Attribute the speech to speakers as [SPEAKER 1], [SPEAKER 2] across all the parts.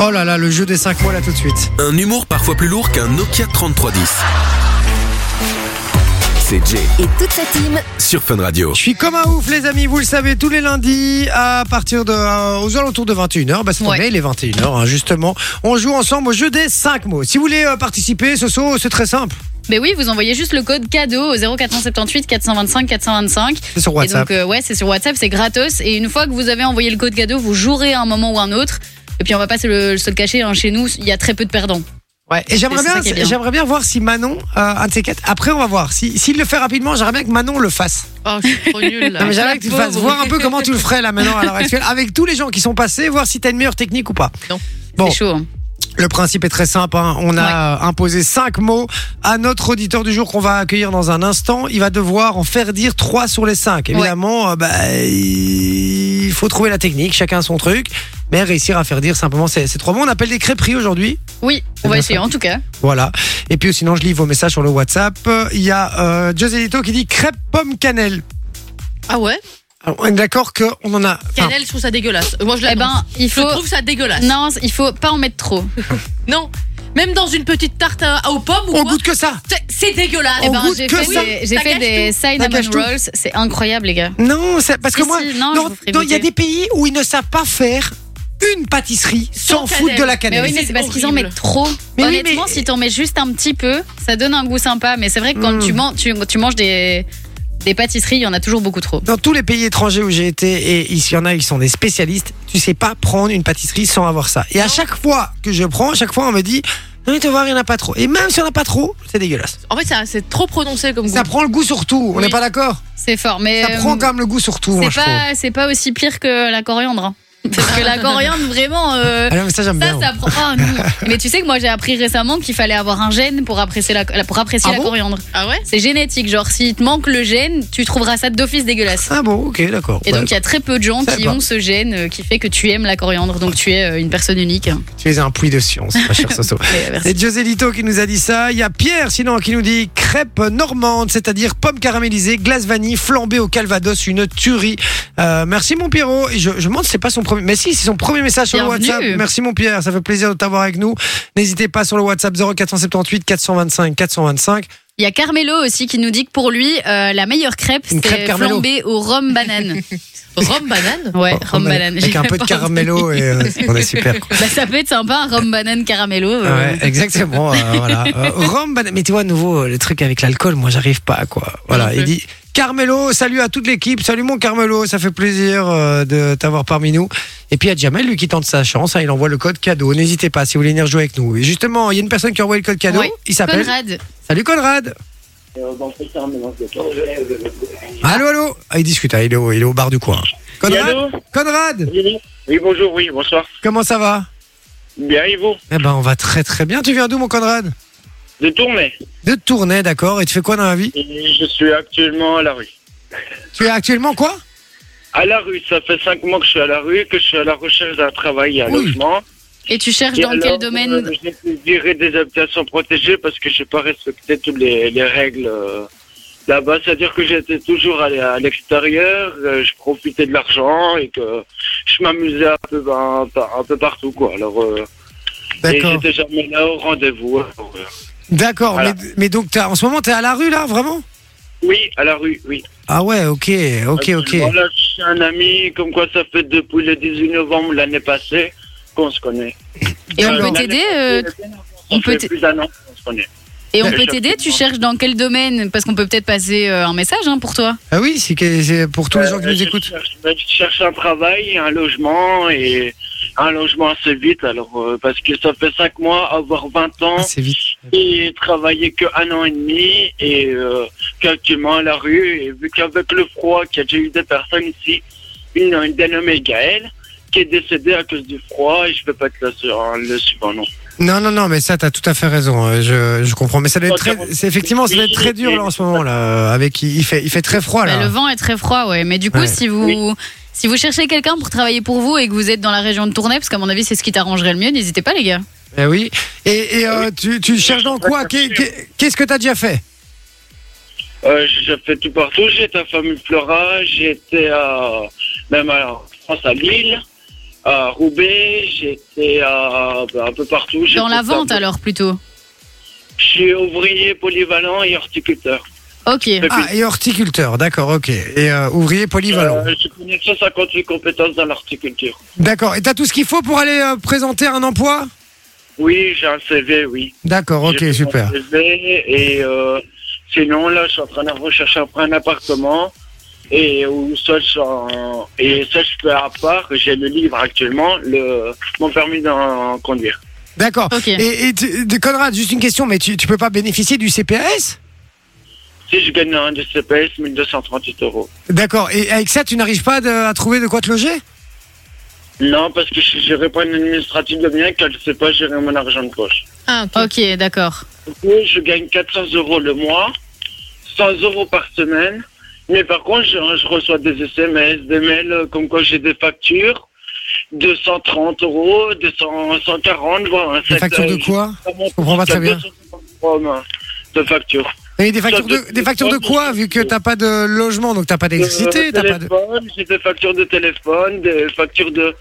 [SPEAKER 1] Oh là là, le jeu des 5 mois là tout de suite.
[SPEAKER 2] Un humour parfois plus lourd qu'un Nokia 3310. C'est Jay
[SPEAKER 3] et toute sa team.
[SPEAKER 2] sur Fun Radio.
[SPEAKER 1] Je suis comme un ouf les amis, vous le savez, tous les lundis à partir de euh, aux alentours de 21h, bah cette
[SPEAKER 4] Ouais.
[SPEAKER 1] année il est 21h hein, justement. On joue ensemble au jeu des 5 mots. Si vous voulez euh, participer, ce saut, c'est très simple.
[SPEAKER 4] Mais Ben oui, vous envoyez juste le code cadeau au 0478 425 425.
[SPEAKER 1] C'est sur
[SPEAKER 4] Et
[SPEAKER 1] WhatsApp.
[SPEAKER 4] donc, euh, ouais, c'est sur WhatsApp, c'est gratos. Et une fois que vous avez envoyé le code cadeau, vous jouerez à un moment ou un autre. Et puis, on va pas se le, se le cacher, hein, chez nous, il y a très peu de perdants.
[SPEAKER 1] Ouais, et j'aimerais
[SPEAKER 4] c'est ça
[SPEAKER 1] bien,
[SPEAKER 4] qui est bien.
[SPEAKER 1] j'aimerais bien voir si Manon, euh, un de ces quatre. Après, on va voir. Si, s'il le fait rapidement, j'aimerais bien que Manon le fasse.
[SPEAKER 5] Oh, je suis trop nulle. là.
[SPEAKER 1] Non, mais j'aimerais que tu le fasses.
[SPEAKER 5] Pauvre.
[SPEAKER 1] Voir un peu comment tu le ferais là maintenant à l'heure actuelle, avec tous les gens qui sont passés, voir si t'as une meilleure technique ou pas.
[SPEAKER 5] Non.
[SPEAKER 1] Bon,
[SPEAKER 4] C'est chaud. hein.
[SPEAKER 1] le principe est très simple. hein. On a euh, imposé cinq mots à notre auditeur du jour qu'on va accueillir dans un instant. Il va devoir en faire dire trois sur les cinq. Évidemment, euh, bah, il faut trouver la technique. Chacun son truc, mais réussir à faire dire simplement ces, ces trois mots. On appelle des crêperies aujourd'hui.
[SPEAKER 4] Oui,
[SPEAKER 1] C'est
[SPEAKER 4] on va
[SPEAKER 1] bien
[SPEAKER 4] essayer,
[SPEAKER 1] ça.
[SPEAKER 4] en tout cas.
[SPEAKER 1] Voilà. Et puis sinon, je lis vos messages sur le WhatsApp. Euh, Il y a euh, Joselito qui dit crêpe pomme cannelle.
[SPEAKER 5] Ah ouais
[SPEAKER 1] Alors, on est d'accord qu'on en a. enfin,
[SPEAKER 5] Cannelle, je trouve ça dégueulasse. Euh, Moi, je
[SPEAKER 4] Eh
[SPEAKER 5] l'ai.
[SPEAKER 4] ben, il
[SPEAKER 5] je
[SPEAKER 4] faut.
[SPEAKER 5] trouve ça dégueulasse.
[SPEAKER 4] Non, il faut pas en mettre trop.
[SPEAKER 5] Non. Même dans une petite tarte à- aux pommes ou
[SPEAKER 1] on
[SPEAKER 5] quoi,
[SPEAKER 1] goûte que ça.
[SPEAKER 5] c'est- C'est dégueulasse.
[SPEAKER 1] Ah, On
[SPEAKER 4] Eh ben,
[SPEAKER 1] goûte
[SPEAKER 4] j'ai
[SPEAKER 1] que
[SPEAKER 4] fait
[SPEAKER 1] ça.
[SPEAKER 4] des, j'ai
[SPEAKER 5] Ça
[SPEAKER 4] fait
[SPEAKER 5] gâche
[SPEAKER 4] des
[SPEAKER 1] Ça gâche
[SPEAKER 4] cinnamon
[SPEAKER 1] tout.
[SPEAKER 4] rolls, c'est incroyable, les gars.
[SPEAKER 1] Non, c'est- parce
[SPEAKER 4] Si,
[SPEAKER 1] que moi,
[SPEAKER 4] si, non, je
[SPEAKER 1] dans-
[SPEAKER 4] vous ferai
[SPEAKER 1] dans- il y a
[SPEAKER 4] goûter.
[SPEAKER 1] des pays où ils ne savent pas faire une pâtisserie sans
[SPEAKER 5] Sans
[SPEAKER 1] foutre de la
[SPEAKER 4] Mais
[SPEAKER 1] cannelle.
[SPEAKER 4] oui, mais
[SPEAKER 5] c'est
[SPEAKER 4] c'est parce qu'ils en
[SPEAKER 5] horrible.
[SPEAKER 4] mettent trop.
[SPEAKER 1] Mais oui,
[SPEAKER 4] Honnêtement,
[SPEAKER 1] mais-
[SPEAKER 4] si t'en mets juste un petit peu, ça donne un goût sympa. Mais c'est vrai que quand
[SPEAKER 1] Mm.
[SPEAKER 4] tu, man- tu, tu manges des, des pâtisseries, il y en a toujours beaucoup trop.
[SPEAKER 1] Dans tous les pays étrangers où j'ai été, et il y en a, ils sont des spécialistes, tu sais pas prendre une pâtisserie sans avoir ça. Et à chaque fois que je prends, à chaque fois on me dit, non, mais tu vas voir, il n'y en a pas trop. Et même s'il n'y en a pas trop, c'est dégueulasse.
[SPEAKER 5] En fait, ça- c'est trop prononcé comme goût.
[SPEAKER 1] Ça prend le goût sur tout, on
[SPEAKER 5] Oui.
[SPEAKER 1] n'est pas d'accord
[SPEAKER 4] C'est fort. Mais
[SPEAKER 1] Ça
[SPEAKER 4] euh,
[SPEAKER 1] prend quand même le goût sur tout, moi,
[SPEAKER 4] c'est
[SPEAKER 1] je trouve.
[SPEAKER 4] pas, c'est pas aussi pire que la coriandre. hein. Parce que la coriandre, vraiment. euh,
[SPEAKER 1] Ah non, mais ça, j'aime bien.
[SPEAKER 4] ça, ça prend. oh, non. Mais tu sais que moi, j'ai appris récemment qu'il fallait avoir un gène pour apprécier la, pour apprécier
[SPEAKER 1] Ah
[SPEAKER 4] la
[SPEAKER 1] bon
[SPEAKER 4] coriandre.
[SPEAKER 5] Ah ouais
[SPEAKER 4] C'est génétique. Genre, s'il te manque le gène, tu trouveras ça d'office dégueulasse.
[SPEAKER 1] Ah bon, ok, d'accord.
[SPEAKER 4] Et
[SPEAKER 1] Ouais.
[SPEAKER 4] donc, il y a très peu de gens
[SPEAKER 1] Ça bah.
[SPEAKER 4] qui
[SPEAKER 1] va.
[SPEAKER 4] ont ce gène euh, qui fait que tu aimes la coriandre. Donc, tu es euh, une personne unique.
[SPEAKER 1] Tu es un puits de science, ma chère Soso.
[SPEAKER 4] Mais, euh, merci.
[SPEAKER 1] C'est Joselito qui nous a dit ça. Il y a Pierre, sinon, qui nous dit crêpe normande, c'est-à-dire pomme caramélisée, glace vanille, flambée au calvados, une tuerie. Euh, merci, mon Pierrot. Et je, je me demande, si c'est pas son premier. Mais si, c'est son premier message sur
[SPEAKER 4] Bienvenue.
[SPEAKER 1] le WhatsApp. Merci, mon Pierre. Ça fait plaisir de t'avoir avec nous. N'hésitez pas sur le WhatsApp 0478 425 425.
[SPEAKER 4] Il y a Carmelo aussi qui nous dit que pour lui, euh, la meilleure crêpe,
[SPEAKER 1] Une crêpe
[SPEAKER 4] c'est
[SPEAKER 1] Carmelo.
[SPEAKER 4] flambée au rhum banane.
[SPEAKER 5] Rhum banane
[SPEAKER 4] Ouais,
[SPEAKER 1] Oh,
[SPEAKER 4] rhum
[SPEAKER 1] mais-
[SPEAKER 4] banane.
[SPEAKER 1] Avec un peu de caramello et euh, on est super. quoi.
[SPEAKER 4] Bah, ça peut être sympa, un rhum banane caramello. euh.
[SPEAKER 1] Ouais, exactement. euh, voilà. Euh, rhum, banane- mais tu vois, à nouveau, euh, le truc avec l'alcool, moi, j'arrive pas, quoi.
[SPEAKER 5] Non
[SPEAKER 1] Voilà.
[SPEAKER 5] plus.
[SPEAKER 1] Il dit Carmelo, salut à toute l'équipe. Salut, mon Carmelo. Ça fait plaisir euh, de t'avoir parmi nous. Et puis, il y a Jamel, lui, qui tente sa chance. hein, il envoie le code cadeau. N'hésitez pas si vous voulez venir jouer avec nous. Et justement, il y a une personne qui a envoyé le code cadeau.
[SPEAKER 4] Ouais.
[SPEAKER 1] Il s'appelle.
[SPEAKER 4] Conrad.
[SPEAKER 1] Salut, Conrad. Allô, allô. Ah, il discute. hein, il, est au, il est au bar du coin. Conrad,
[SPEAKER 6] Allô
[SPEAKER 1] Conrad
[SPEAKER 6] Oui, bonjour, oui, bonsoir.
[SPEAKER 1] comment ça va
[SPEAKER 6] Bien, et vous
[SPEAKER 1] Eh ben, on va très très bien. Tu viens d'où, mon Conrad
[SPEAKER 6] De tourner.
[SPEAKER 1] De Tournai, d'accord. Et tu fais quoi dans la vie
[SPEAKER 6] Et je suis actuellement à la rue.
[SPEAKER 1] Tu es actuellement quoi
[SPEAKER 6] À la rue, ça fait cinq mois que je suis à la rue, que je suis à la recherche d'un travail et un
[SPEAKER 1] Oui.
[SPEAKER 6] logement.
[SPEAKER 4] Et tu cherches
[SPEAKER 6] Et
[SPEAKER 4] dans
[SPEAKER 6] alors,
[SPEAKER 4] quel domaine
[SPEAKER 6] euh, J'ai fait virer des habitations protégées parce que je n'ai pas respecté toutes les, les règles euh, là-bas. C'est-à-dire que j'étais toujours à, à l'extérieur, euh, je profitais de l'argent et que je m'amusais un peu, ben, par- un peu partout. Quoi. Alors, euh, et
[SPEAKER 1] D'accord.
[SPEAKER 6] j'étais jamais là au rendez-vous. Alors, euh,
[SPEAKER 1] D'accord,
[SPEAKER 6] Voilà.
[SPEAKER 1] mais, mais donc t'as- en ce moment t'es à la rue là, vraiment
[SPEAKER 6] oui, à la rue, oui.
[SPEAKER 1] Ah ouais, ok, ok, ok.
[SPEAKER 6] Voilà, j'ai un ami, comme quoi ça fait depuis le 18 novembre l'année passée qu'on se connaît.
[SPEAKER 4] Et on
[SPEAKER 6] Alors,
[SPEAKER 4] peut t'aider euh, on
[SPEAKER 6] Ça
[SPEAKER 4] peut
[SPEAKER 6] fait
[SPEAKER 4] t-
[SPEAKER 6] plus d'un an qu'on se connaît.
[SPEAKER 4] Et on
[SPEAKER 6] Ouais.
[SPEAKER 4] peut t'aider Tu cherches dans quel domaine Parce qu'on peut peut-être passer euh, un message hein, pour toi.
[SPEAKER 1] Ah oui, c'est que- c'est pour tous les gens qui
[SPEAKER 6] Euh,
[SPEAKER 1] nous
[SPEAKER 6] je
[SPEAKER 1] écoutent.
[SPEAKER 6] cherche- Je cherche un travail, un logement et un logement assez vite. Alors, euh, parce que ça fait 5 mois, avoir 20 ans
[SPEAKER 1] Ah, c'est vite.
[SPEAKER 6] et travailler que un an et demi et euh, qu'actuellement à la rue et vu qu'avec le froid qu'il y a déjà eu des personnes ici une, une dénommée Gaëlle qui est décédée à cause du froid et je peux pas être le, su- le suivant non
[SPEAKER 1] Non, non, non, mais ça t'as tout à fait raison. euh, Je, je comprends, mais ça doit être très, c'est effectivement, ça doit être très dur là en ce moment là. euh, Avec il il fait, il fait très froid
[SPEAKER 4] Bah, le
[SPEAKER 1] Oh là.
[SPEAKER 4] vent est très froid, ouais. Mais du coup,
[SPEAKER 1] Ouais.
[SPEAKER 4] si vous. Si vous cherchez quelqu'un pour travailler pour vous et que vous êtes dans la région de Tournai, parce qu'à mon avis c'est ce qui t'arrangerait le mieux, n'hésitez pas les gars.
[SPEAKER 1] Eh oui. Et, et, euh, tu, tu cherches dans quoi Qu'est- qu'est- Qu'est-ce que t'as déjà fait
[SPEAKER 6] euh, j'ai fait tout partout j'étais à Famille Flora j'étais à même à, en France à Lille à Roubaix, j'étais à- bah, un peu partout.
[SPEAKER 4] Dans
[SPEAKER 6] J'étais
[SPEAKER 4] la vente
[SPEAKER 6] un-
[SPEAKER 4] alors plutôt.
[SPEAKER 6] Je suis ouvrier polyvalent et horticulteur.
[SPEAKER 4] Ok.
[SPEAKER 6] Depuis-
[SPEAKER 1] Ah, et horticulteur, d'accord, ok. Et euh, ouvrier polyvalent.
[SPEAKER 6] euh, J'ai connu 158 compétences dans l'horticulture.
[SPEAKER 1] D'accord. Et t'as tout ce qu'il faut pour aller euh, présenter un emploi
[SPEAKER 6] Oui, j'ai un CV, oui.
[SPEAKER 1] D'accord, ok,
[SPEAKER 6] J'ai fait mon
[SPEAKER 1] super.
[SPEAKER 6] CV et euh, sinon, là, je suis en train de rechercher après un appartement. Et où ça, je, suis en- et ça, je fais à part. J'ai le livre actuellement, le, mon permis d'en conduire.
[SPEAKER 1] D'accord.
[SPEAKER 4] Ok.
[SPEAKER 1] Et, et tu- de- Conrad, juste une question, mais tu, tu peux pas bénéficier du CPAS
[SPEAKER 6] Si je gagne un de CPS, 1238 euros.
[SPEAKER 1] D'accord. Et avec ça, tu n'arrives pas de- à trouver de quoi te loger
[SPEAKER 6] Non, parce que je gérerai pas une administrative de bien car je sais pas gérer mon argent de poche.
[SPEAKER 5] Ah, ok.
[SPEAKER 4] Ok, d'accord.
[SPEAKER 6] Du coup, je gagne 400 euros le mois, 100 euros par semaine. Mais par contre, je, je reçois des SMS, des mails, euh, comme quoi j'ai des factures. 230 euros, 200, 140, voilà. euh,
[SPEAKER 1] Des factures de quoi
[SPEAKER 6] Je
[SPEAKER 1] comprends pas très bien.
[SPEAKER 6] De factures.
[SPEAKER 1] Et des factures de, des factures de quoi, vu que t'as pas de logement, donc t'as pas d'électricité,
[SPEAKER 6] Euh,
[SPEAKER 1] t'as pas de...
[SPEAKER 6] téléphone, J'ai des factures de téléphone, des factures de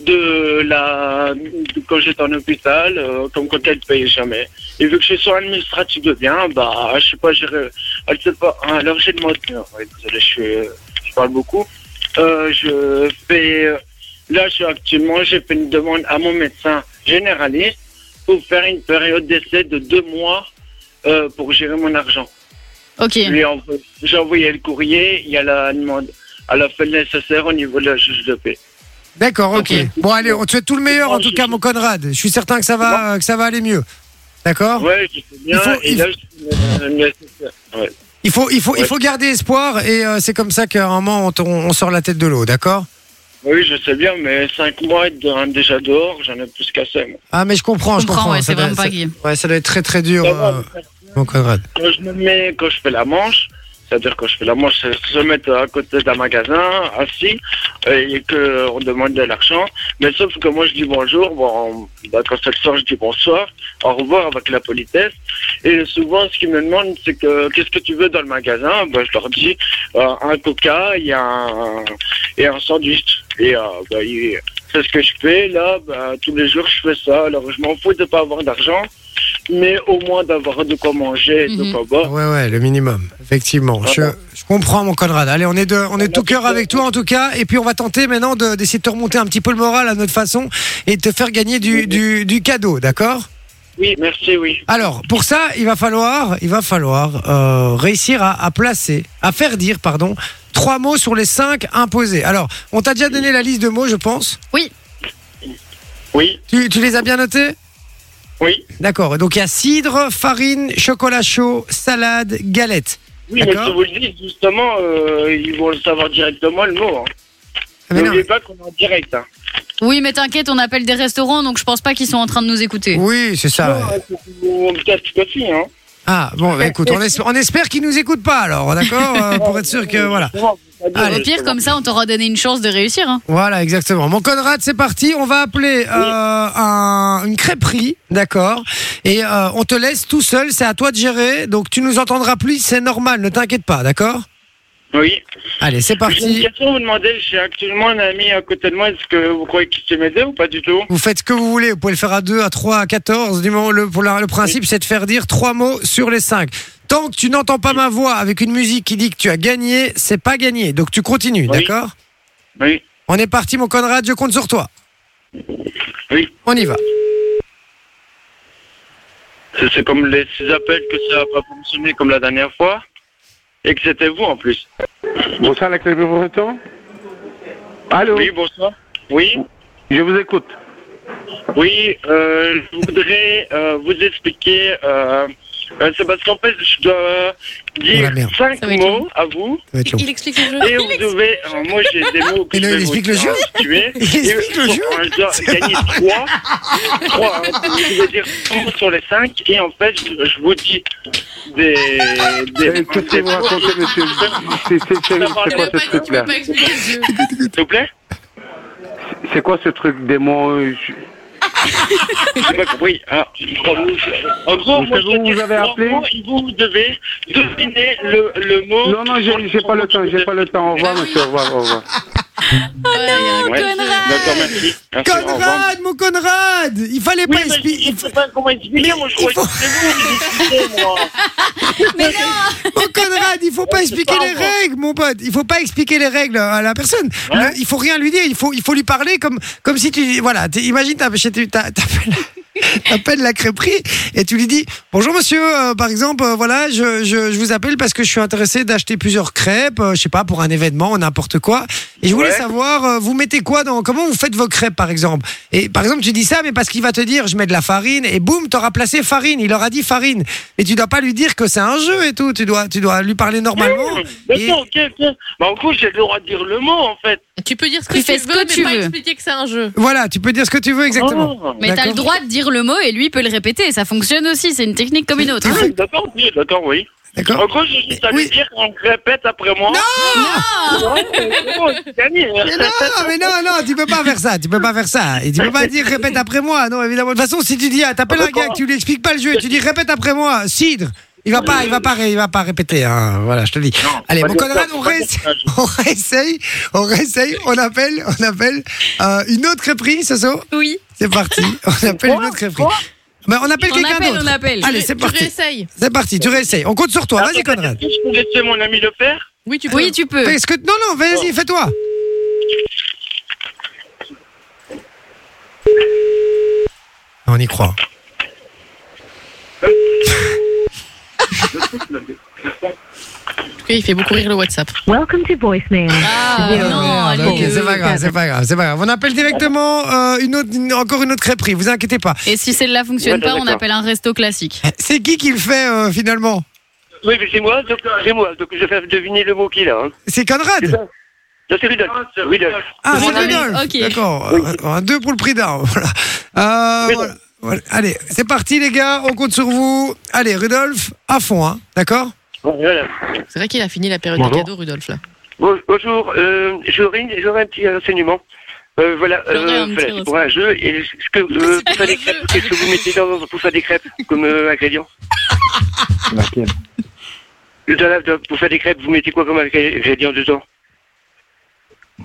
[SPEAKER 6] de la de- quand j'étais en hôpital, euh, comme quoi elle ne payait jamais. Et vu que je suis sur administratif de bien, bah je sais pas, j'ai re- elle sait pas. hein, alors j'ai demandé. non, ouais, désolé, je, suis, euh, je parle beaucoup. Euh, je fais euh, là, je suis actuellement, j'ai fait une demande à mon médecin généraliste pour faire une période d'essai de deux mois euh, pour gérer mon argent.
[SPEAKER 4] Ok.
[SPEAKER 6] Je lui ai envo- J'ai envoyé le courrier, il y a la demande à la fin nécessaire au niveau de la juge de paix.
[SPEAKER 1] D'accord, ok.
[SPEAKER 6] Ok.
[SPEAKER 1] Bon, allez, on te souhaite tout le meilleur, en tout cas, mon Conrad. Je suis certain que ça va, que ça va aller mieux. D'accord
[SPEAKER 6] Ouais, je sais bien.
[SPEAKER 1] Oh. Il faut-
[SPEAKER 6] et
[SPEAKER 1] il
[SPEAKER 6] là, je- euh, nécessaire. Ouais.
[SPEAKER 1] Il faut, il faut, il
[SPEAKER 6] Ouais.
[SPEAKER 1] faut garder espoir et euh, c'est comme ça qu'à un moment on, t- on sort la tête de l'eau, d'accord
[SPEAKER 6] Oui, je sais bien, mais cinq mois de- déjà dehors, j'en ai plus qu'à ça. moi.
[SPEAKER 1] Ah mais je comprends, je
[SPEAKER 4] Je comprends,
[SPEAKER 1] comprends.
[SPEAKER 4] ouais,
[SPEAKER 1] Ça
[SPEAKER 4] c'est
[SPEAKER 1] doit-
[SPEAKER 4] vraiment pas
[SPEAKER 1] ça-
[SPEAKER 4] gay.
[SPEAKER 1] Ouais, ça doit être très très dur,
[SPEAKER 6] Ça va,
[SPEAKER 1] euh, mon Conrad.
[SPEAKER 6] Quand je me mets, quand je fais la manche, c'est-à-dire quand je fais la manche, c'est se mettre à côté d'un magasin, assis, euh, et qu'on demande de l'argent. Mais sauf que moi, je dis bonjour, bon, bah, quand ça le sort, je dis bonsoir, au revoir avec la politesse. Et souvent, ce qu'ils me demandent, c'est que qu'est-ce que tu veux dans le magasin bah, Je leur dis euh, un coca et un, et un sandwich. Et euh, bah, ils- c'est ce que je fais là, bah, tous les jours, je fais ça. Alors, je m'en fous de pas avoir d'argent. Mais au moins d'avoir de quoi manger et de
[SPEAKER 4] Mhm.
[SPEAKER 6] quoi boire.
[SPEAKER 1] Ouais, ouais, le minimum, effectivement. Je,
[SPEAKER 6] Voilà.
[SPEAKER 1] je comprends, mon Conrad. Allez, on est de, on est de tout cœur
[SPEAKER 6] Merci.
[SPEAKER 1] avec toi, en tout cas. Et puis, on va tenter maintenant de- d'essayer de, te remonter un petit peu le moral à notre façon et de te faire gagner du, du, du cadeau, d'accord
[SPEAKER 6] Oui, merci, oui.
[SPEAKER 1] Alors, pour ça, il va falloir, il va falloir euh, réussir à, à placer, à faire dire, pardon, trois mots sur les cinq imposés. Alors, on t'a déjà donné la liste de mots, je pense.
[SPEAKER 6] Oui,
[SPEAKER 1] Tu, tu les as bien notés
[SPEAKER 6] oui.
[SPEAKER 1] D'accord. Donc, il y a cidre, farine, chocolat chaud, salade, galette.
[SPEAKER 6] Oui, mais
[SPEAKER 1] D'accord.
[SPEAKER 6] je vous le dis, justement, euh, ils vont le savoir directement, le mot. hein.
[SPEAKER 1] Ah, Mais non,
[SPEAKER 6] N'oubliez pas qu'on est en direct. hein.
[SPEAKER 4] Oui, mais t'inquiète, on appelle des restaurants, donc je pense pas qu'ils sont en train de nous écouter.
[SPEAKER 1] oui, c'est ça. Ah, ouais.
[SPEAKER 6] Non, hein, c'est- On me casse le coffee, hein.
[SPEAKER 1] Ah bon, bah, écoute, on espère, on espère qu'ils nous écoutent pas alors, d'accord, euh, pour être sûr que voilà.
[SPEAKER 6] Justement, c'est pas
[SPEAKER 1] Allez.
[SPEAKER 6] dur,
[SPEAKER 4] Au pire,
[SPEAKER 6] justement.
[SPEAKER 4] comme ça, on t'aura donné une chance de réussir. hein.
[SPEAKER 1] Voilà, exactement. Mon Conrad, c'est parti. On va appeler euh, un- une crêperie, d'accord, et euh, on te laisse tout seul. C'est à toi de gérer. Donc tu nous entendras plus, c'est normal. Ne t'inquiète pas, d'accord.
[SPEAKER 6] Oui.
[SPEAKER 1] Allez, c'est
[SPEAKER 6] J'ai une
[SPEAKER 1] parti.
[SPEAKER 6] question à vous demander. J'ai actuellement un ami à côté de moi. Est-ce que vous croyez qu'il sait m'aider ou pas du tout
[SPEAKER 1] Vous faites ce que vous voulez. Vous pouvez le faire à 2, à 3, à 14. Du moment, le, pour la- le principe, c'est de faire dire trois mots sur les cinq. Tant que tu n'entends pas ma voix avec une musique qui dit que tu as gagné, c'est pas gagné. Donc tu continues,
[SPEAKER 6] Oui.
[SPEAKER 1] d'accord
[SPEAKER 6] Oui.
[SPEAKER 1] On est parti, mon Conrad, je compte sur toi.
[SPEAKER 6] Oui.
[SPEAKER 1] On y va.
[SPEAKER 6] C'est- C'est comme les ces appels que ça n'a pas fonctionné comme la dernière fois. Et que c'était vous en plus.
[SPEAKER 3] Bonsoir, la clé breton. Allô
[SPEAKER 6] Oui, bonsoir. Oui,
[SPEAKER 3] Je vous écoute.
[SPEAKER 6] oui. euh, je voudrais euh, vous expliquer. Euh, euh, c'est parce qu'en fait, je dois
[SPEAKER 1] Oh la
[SPEAKER 6] dire
[SPEAKER 1] merde.
[SPEAKER 6] cinq
[SPEAKER 4] Ça va être
[SPEAKER 6] mots à vous.
[SPEAKER 1] Ça va être long.
[SPEAKER 5] Il explique le jeu.
[SPEAKER 6] Et vous devez. alors, moi, j'ai des mots que
[SPEAKER 1] Il
[SPEAKER 6] je vais
[SPEAKER 1] explique
[SPEAKER 6] vous
[SPEAKER 1] le jeu
[SPEAKER 6] tuer.
[SPEAKER 1] Il explique le jeu
[SPEAKER 6] Je dois gagner 3. 3. hein. Je veux dire 3 sur les 5. Et en fait, je je vous dis des. des
[SPEAKER 3] Euh, Qu'est-ce que vous
[SPEAKER 6] mots.
[SPEAKER 3] racontez, monsieur C'est c'est- c'est- c'est
[SPEAKER 5] Tu
[SPEAKER 3] quoi
[SPEAKER 5] veux
[SPEAKER 3] ce
[SPEAKER 5] pas- tu
[SPEAKER 3] truc-là
[SPEAKER 5] veux pas expliquer le jeu.
[SPEAKER 6] S'il vous plaît
[SPEAKER 3] C'est quoi ce truc des mots euh, je-
[SPEAKER 6] J'ai pas compris. Ah, en gros,
[SPEAKER 3] Vous
[SPEAKER 6] moi,
[SPEAKER 3] savez
[SPEAKER 6] je
[SPEAKER 3] où
[SPEAKER 6] dis
[SPEAKER 3] vous avez
[SPEAKER 6] trois
[SPEAKER 3] appelé
[SPEAKER 6] mots et vous devez deviner le, le mot. Oh,
[SPEAKER 3] Non, non, j'ai j'ai pas le temps, j'ai pas le temps. Au revoir, monsieur, au revoir, au revoir.
[SPEAKER 4] non,
[SPEAKER 6] Ouais.
[SPEAKER 4] Conrad
[SPEAKER 6] D'accord, merci. Merci, au revoir.
[SPEAKER 1] Conrad, mon Conrad Il fallait
[SPEAKER 6] Oui,
[SPEAKER 1] pas
[SPEAKER 6] mais
[SPEAKER 1] expliquer.
[SPEAKER 6] je ne sais pas comment expliquer, moi je
[SPEAKER 1] il
[SPEAKER 6] crois que c'est vous qui discutez, moi.
[SPEAKER 4] Mais non
[SPEAKER 1] Mon Conrad, il faut pas
[SPEAKER 6] c'est
[SPEAKER 1] expliquer
[SPEAKER 6] pas
[SPEAKER 1] les
[SPEAKER 6] encore.
[SPEAKER 1] règles, mon pote. Il faut pas expliquer les règles à la personne.
[SPEAKER 6] Ouais.
[SPEAKER 1] Le- il faut rien lui dire. Il faut, il faut lui parler comme, comme si tu, voilà, t'es- imagine, t'as- chez- t'as- t'appelles, t'appelles la crêperie et tu lui dis, bonjour monsieur, euh, par exemple, euh, voilà, je, je, je vous appelle parce que je suis intéressé d'acheter plusieurs crêpes, euh, je sais pas, pour un événement, n'importe quoi. Et je voulais
[SPEAKER 6] Ouais.
[SPEAKER 1] savoir, euh, vous mettez quoi dans, comment vous faites vos crêpes, par exemple. Et par exemple, tu dis ça, mais parce qu'il va te dire, je mets de la farine, et boum, t'auras placé farine. Il aura dit farine. Et tu dois pas lui dire que c'est un jeu et tout. Tu dois, tu dois lui parler normalement.
[SPEAKER 6] Mmh.
[SPEAKER 1] Et-
[SPEAKER 6] D'accord, ok, ok. Bah, en coup, j'ai le droit de dire le mot, en fait.
[SPEAKER 5] Tu peux dire ce que
[SPEAKER 4] Tu
[SPEAKER 5] tu
[SPEAKER 4] fais ce
[SPEAKER 5] veux,
[SPEAKER 4] que
[SPEAKER 5] mais
[SPEAKER 4] tu
[SPEAKER 5] pas
[SPEAKER 4] veux.
[SPEAKER 5] expliquer que c'est un jeu.
[SPEAKER 1] Voilà, tu peux dire ce que tu veux exactement.
[SPEAKER 6] Ah.
[SPEAKER 4] Mais t'as
[SPEAKER 1] D'accord.
[SPEAKER 4] le droit de dire le mot et lui peut le répéter. Ça fonctionne aussi, c'est une technique comme une autre. hein.
[SPEAKER 6] Ah, D'accord, oui, d'accord, oui. En
[SPEAKER 1] D'accord.
[SPEAKER 6] gros, j'ai juste à
[SPEAKER 1] Ah. Oui.
[SPEAKER 6] lui dire qu'on répète après moi. Oh. Non Ouais, c'est bon, c'est gagné.
[SPEAKER 1] Mais non, mais non, non, tu peux pas faire ça, tu peux pas faire ça. Et tu peux pas dire répète après moi, non, évidemment. De toute façon, si tu dis, ah, t'appelles un gars, que tu lui expliques pas le jeu, tu dis répète après moi, cidre. Il va pas, il va pas, ré- il va pas répéter, hein. voilà, je te le dis.
[SPEAKER 6] Non,
[SPEAKER 1] Allez,
[SPEAKER 6] pas
[SPEAKER 1] mon
[SPEAKER 6] dire
[SPEAKER 1] Conrad,
[SPEAKER 6] ça,
[SPEAKER 1] on
[SPEAKER 6] pas dire
[SPEAKER 1] reste.
[SPEAKER 6] ça, je-
[SPEAKER 1] On réessaye, on réessaye, on appelle, on appelle euh, une autre crêperie, Soso.
[SPEAKER 4] Oui.
[SPEAKER 1] C'est parti, on appelle une autre crêperie. Ben, on appelle
[SPEAKER 4] On
[SPEAKER 1] quelqu'un
[SPEAKER 4] appelle, on
[SPEAKER 1] d'autre.
[SPEAKER 4] appelle.
[SPEAKER 1] Allez,
[SPEAKER 5] Tu-
[SPEAKER 1] c'est
[SPEAKER 5] tu
[SPEAKER 1] parti.
[SPEAKER 5] réessayes.
[SPEAKER 1] C'est parti, tu réessayes. On compte sur toi. Vas-y,
[SPEAKER 6] Attends,
[SPEAKER 1] Conrad.
[SPEAKER 6] est-ce que Je peux laisser mon ami le faire.
[SPEAKER 5] Oui, tu peux.
[SPEAKER 4] Oui, tu peux.
[SPEAKER 1] Fais ce que- Non, non, vas-y, fais-toi. On y croit.
[SPEAKER 5] Ok, il fait beaucoup rire le WhatsApp.
[SPEAKER 7] Welcome to voicemail.
[SPEAKER 4] Ah,
[SPEAKER 1] Oh,
[SPEAKER 4] non,
[SPEAKER 1] merde,
[SPEAKER 4] allez.
[SPEAKER 1] ok, c'est pas grave, c'est pas grave, c'est pas grave. On appelle directement euh, une autre, une- encore une autre crêperie, vous inquiétez pas.
[SPEAKER 4] Et si celle-là fonctionne
[SPEAKER 6] Ouais,
[SPEAKER 4] pas, on
[SPEAKER 6] d'accord.
[SPEAKER 4] appelle un resto classique.
[SPEAKER 1] C'est qui qui le fait euh, finalement
[SPEAKER 6] Oui, mais c'est moi, donc euh, c'est moi. Donc je fais deviner le mot qu'il a. hein.
[SPEAKER 1] C'est
[SPEAKER 6] C'est
[SPEAKER 1] Conrad
[SPEAKER 6] ça Ça, c'est Rudolf. Rudolf.
[SPEAKER 1] Ah, c'est
[SPEAKER 4] Mon ami,
[SPEAKER 1] Rudolf
[SPEAKER 4] ok.
[SPEAKER 1] D'accord, euh, un deux pour le prix d'un, voilà. Euh,
[SPEAKER 6] Oui.
[SPEAKER 1] voilà, voilà. Allez, c'est parti les gars, on compte sur vous. Allez, Rudolf, à fond, hein, d'accord
[SPEAKER 6] Voilà.
[SPEAKER 5] C'est vrai qu'il a fini la période des
[SPEAKER 6] Bonjour.
[SPEAKER 5] cadeaux, Rudolf, là.
[SPEAKER 6] Bon- Bonjour, euh, j'aurais j'aurais un petit renseignement. Euh, voilà,
[SPEAKER 4] J'aurais un petit
[SPEAKER 6] euh, voilà, c'est pour un jeu. Et ce que, euh, pour faire des crêpes, qu'est-ce que vous mettez dans, pour faire des crêpes comme euh, ingrédient
[SPEAKER 8] Laquelle
[SPEAKER 6] Dans la- dans- Pour faire des crêpes, vous mettez quoi comme ingrédient dedans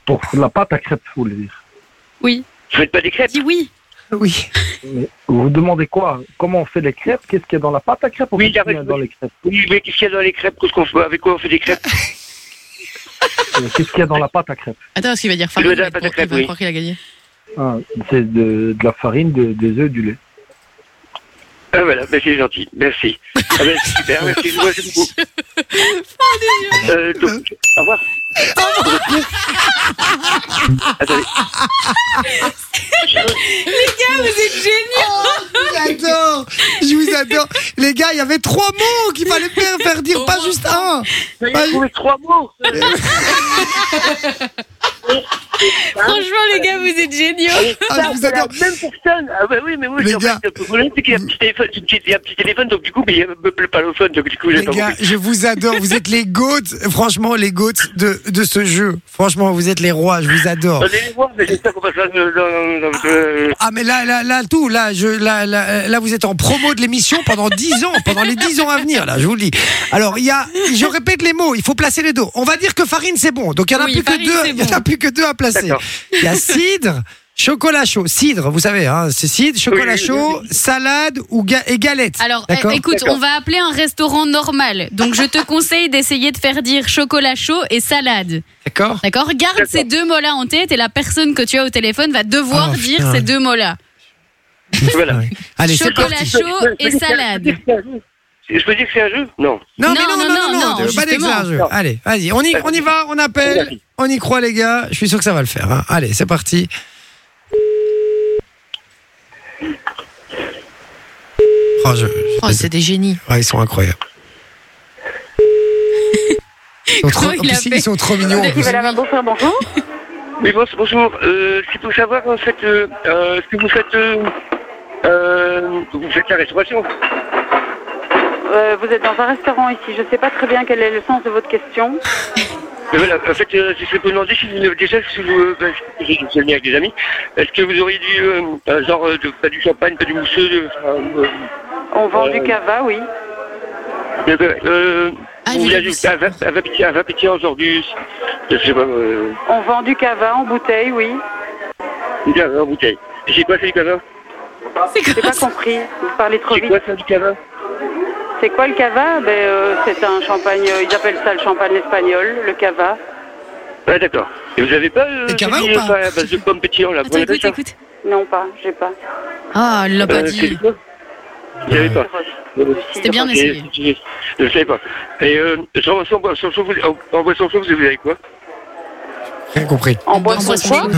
[SPEAKER 8] Pour la pâte à crêpes, vous voulez dire.
[SPEAKER 6] Vous faites pas des crêpes
[SPEAKER 4] Dis oui.
[SPEAKER 1] Oui.
[SPEAKER 8] Vous demandez quoi Comment on fait les crêpes Qu'est-ce qu'il y a dans la pâte à crêpes ou
[SPEAKER 6] Oui,
[SPEAKER 8] qu'est-ce qu'il y a
[SPEAKER 6] j'arrête.
[SPEAKER 8] dans les crêpes
[SPEAKER 6] Oui, mais qu'est-ce qu'il y a dans les crêpes Qu'est-ce qu'on fait- Avec quoi on fait des crêpes
[SPEAKER 8] Euh, Qu'est-ce qu'il y a dans la pâte à crêpes
[SPEAKER 5] Attends, parce qu'il va dire farine,
[SPEAKER 6] veux
[SPEAKER 5] il
[SPEAKER 6] dire
[SPEAKER 5] va
[SPEAKER 6] la pâte à
[SPEAKER 5] croire- il
[SPEAKER 6] crêpes,
[SPEAKER 5] va
[SPEAKER 6] oui.
[SPEAKER 5] croire qu'il a gagné.
[SPEAKER 8] Ah, C'est de, de la farine, de- des œufs, du lait.
[SPEAKER 6] Ah voilà, ben, c'est gentil, merci. Ah ben, c'est super, merci, je vous remercie beaucoup. Euh, donc, au revoir. Attendez,
[SPEAKER 4] Ah, Vous êtes géniaux.
[SPEAKER 1] J'adore, je vous adore. Les gars, il y avait trois mots qu'il fallait faire, faire dire, pas juste un. Ah,
[SPEAKER 6] j'ai trouvé trois mots.
[SPEAKER 4] Franchement, les gars, vous êtes géniaux.
[SPEAKER 1] Ah, je vous
[SPEAKER 6] C'est la
[SPEAKER 1] adore.
[SPEAKER 6] même personne. Ah ben oui, mais moi,
[SPEAKER 1] Les
[SPEAKER 6] j'ai- en
[SPEAKER 1] gars.
[SPEAKER 6] fait, le problème, c'est qu'il y a un petit téléphone, c'est une petite- il y a un petit téléphone, donc du coup, mais il y a un peu le palophone, donc du coup, j'ai
[SPEAKER 1] Les
[SPEAKER 6] pas
[SPEAKER 1] gars,
[SPEAKER 6] compris.
[SPEAKER 1] je vous adore. Vous êtes les goats, franchement, les goats de, de ce jeu. Franchement, vous êtes les rois. Je vous adore.
[SPEAKER 6] Attendez, les voir, mais j'espère qu'on passera dans- dans- dans- dans-
[SPEAKER 1] Ah mais là, là, là, tout, là, je, là, là, là, vous êtes en promo de l'émission pendant 10 ans, pendant les 10 ans à venir, là, je vous le dis. Alors, il y a, je répète les mots, il faut placer les deux. On va dire que farine, c'est bon. Donc, il n'y en a
[SPEAKER 4] Oui,
[SPEAKER 1] plus que
[SPEAKER 4] farine,
[SPEAKER 1] deux,
[SPEAKER 4] c'est
[SPEAKER 1] il y en a
[SPEAKER 4] bon.
[SPEAKER 1] plus que deux à placer.
[SPEAKER 6] D'accord.
[SPEAKER 1] Il y a cidre, chocolat chaud. Cidre, vous savez, hein, c'est cidre, chocolat
[SPEAKER 6] Oui, oui,
[SPEAKER 1] chaud, salade ou ga- et galette.
[SPEAKER 4] Alors,
[SPEAKER 1] D'accord
[SPEAKER 4] eh, écoute,
[SPEAKER 6] D'accord.
[SPEAKER 4] on va appeler un restaurant normal. Donc, je te conseille d'essayer de faire dire chocolat chaud et salade.
[SPEAKER 1] D'accord
[SPEAKER 4] D'accord Garde
[SPEAKER 6] D'accord.
[SPEAKER 4] ces deux mots-là en tête et la personne que tu as au téléphone va devoir
[SPEAKER 1] Oh,
[SPEAKER 4] dire
[SPEAKER 1] putain.
[SPEAKER 4] ces deux mots-là.
[SPEAKER 6] Voilà.
[SPEAKER 1] Ouais. Allez, c'est
[SPEAKER 4] Chocolat
[SPEAKER 1] parti.
[SPEAKER 4] chaud et
[SPEAKER 6] Je peux
[SPEAKER 4] salade.
[SPEAKER 6] dire que c'est un jeu Je peux dire que c'est un jeu
[SPEAKER 1] Non,
[SPEAKER 6] Non.
[SPEAKER 1] mais
[SPEAKER 4] Non,
[SPEAKER 1] non, non, non, non,
[SPEAKER 4] non,
[SPEAKER 1] pas
[SPEAKER 4] justement.
[SPEAKER 1] d'exagération. Allez, vas-y, on y, on y va, on appelle, on y croit les gars, je suis sûr que ça va le faire. hein. Allez, c'est parti. Oh, je- je-
[SPEAKER 5] Oh, c'est des génies.
[SPEAKER 1] ouais, ils sont incroyables. Ils sont, trop,
[SPEAKER 4] Comment il
[SPEAKER 1] en plus,
[SPEAKER 4] a
[SPEAKER 1] ils
[SPEAKER 4] fait
[SPEAKER 1] sont trop mignons. en plus.
[SPEAKER 6] Oui, bon- bonjour. Euh, c'est pour savoir, en fait, euh, euh, ce que vous faites. euh, euh, vous faites la restauration
[SPEAKER 9] Euh, vous êtes dans un restaurant ici. Je ne sais pas très bien quel est le sens de votre question.
[SPEAKER 6] Mais voilà, en fait, euh, je voulais vous demander si vous, déjà, si vous, euh, ben, j'ai j'ai venu avec des amis, est-ce que vous auriez du, euh, euh, genre, euh, de- pas du champagne, pas du mousseux, de- euh,
[SPEAKER 9] On vend
[SPEAKER 6] Euh,
[SPEAKER 9] du cava, oui.
[SPEAKER 6] euh, euh,
[SPEAKER 5] Ah,
[SPEAKER 6] vous
[SPEAKER 5] il
[SPEAKER 6] voulez
[SPEAKER 5] a
[SPEAKER 6] du
[SPEAKER 5] dit
[SPEAKER 4] Ah,
[SPEAKER 5] ça.
[SPEAKER 6] un vin- un vin pétillant, un vin pétillant, genre du, Je sais pas. euh,
[SPEAKER 9] On vend du cava en bouteille, oui.
[SPEAKER 6] du cava en bouteille. J'ai quoi, c'est du cava
[SPEAKER 9] J'ai pas compris. Vous parlez
[SPEAKER 6] Ah,
[SPEAKER 9] trop
[SPEAKER 6] C'est
[SPEAKER 9] vite.
[SPEAKER 6] quoi, ça, du cava
[SPEAKER 9] C'est quoi le cava ben, euh, C'est un champagne, euh, ils appellent ça le champagne espagnol, le cava.
[SPEAKER 6] Ouais, d'accord. Et vous avez pas. euh,
[SPEAKER 1] Et cava
[SPEAKER 6] celui,
[SPEAKER 1] ou pas
[SPEAKER 6] enfin, à base de pommes pétillant, là.
[SPEAKER 4] Attends,
[SPEAKER 6] vous en avez
[SPEAKER 4] écoute,
[SPEAKER 6] ça
[SPEAKER 4] écoute.
[SPEAKER 9] Non, pas, j'ai pas.
[SPEAKER 5] Ah, elle l'a pas
[SPEAKER 6] Euh, c'est
[SPEAKER 5] dit.
[SPEAKER 6] quoi Vous avez pas.
[SPEAKER 4] C'était bien
[SPEAKER 6] Et-
[SPEAKER 4] essayé.
[SPEAKER 6] Je ne savais pas. Et euh, sans, sans, sans, chaud, vous, en, en boisson chaude, vous avez avec quoi
[SPEAKER 1] Rien compris. Hein.
[SPEAKER 9] En
[SPEAKER 4] En
[SPEAKER 9] boisson
[SPEAKER 4] boisson
[SPEAKER 9] quoi
[SPEAKER 4] chaude.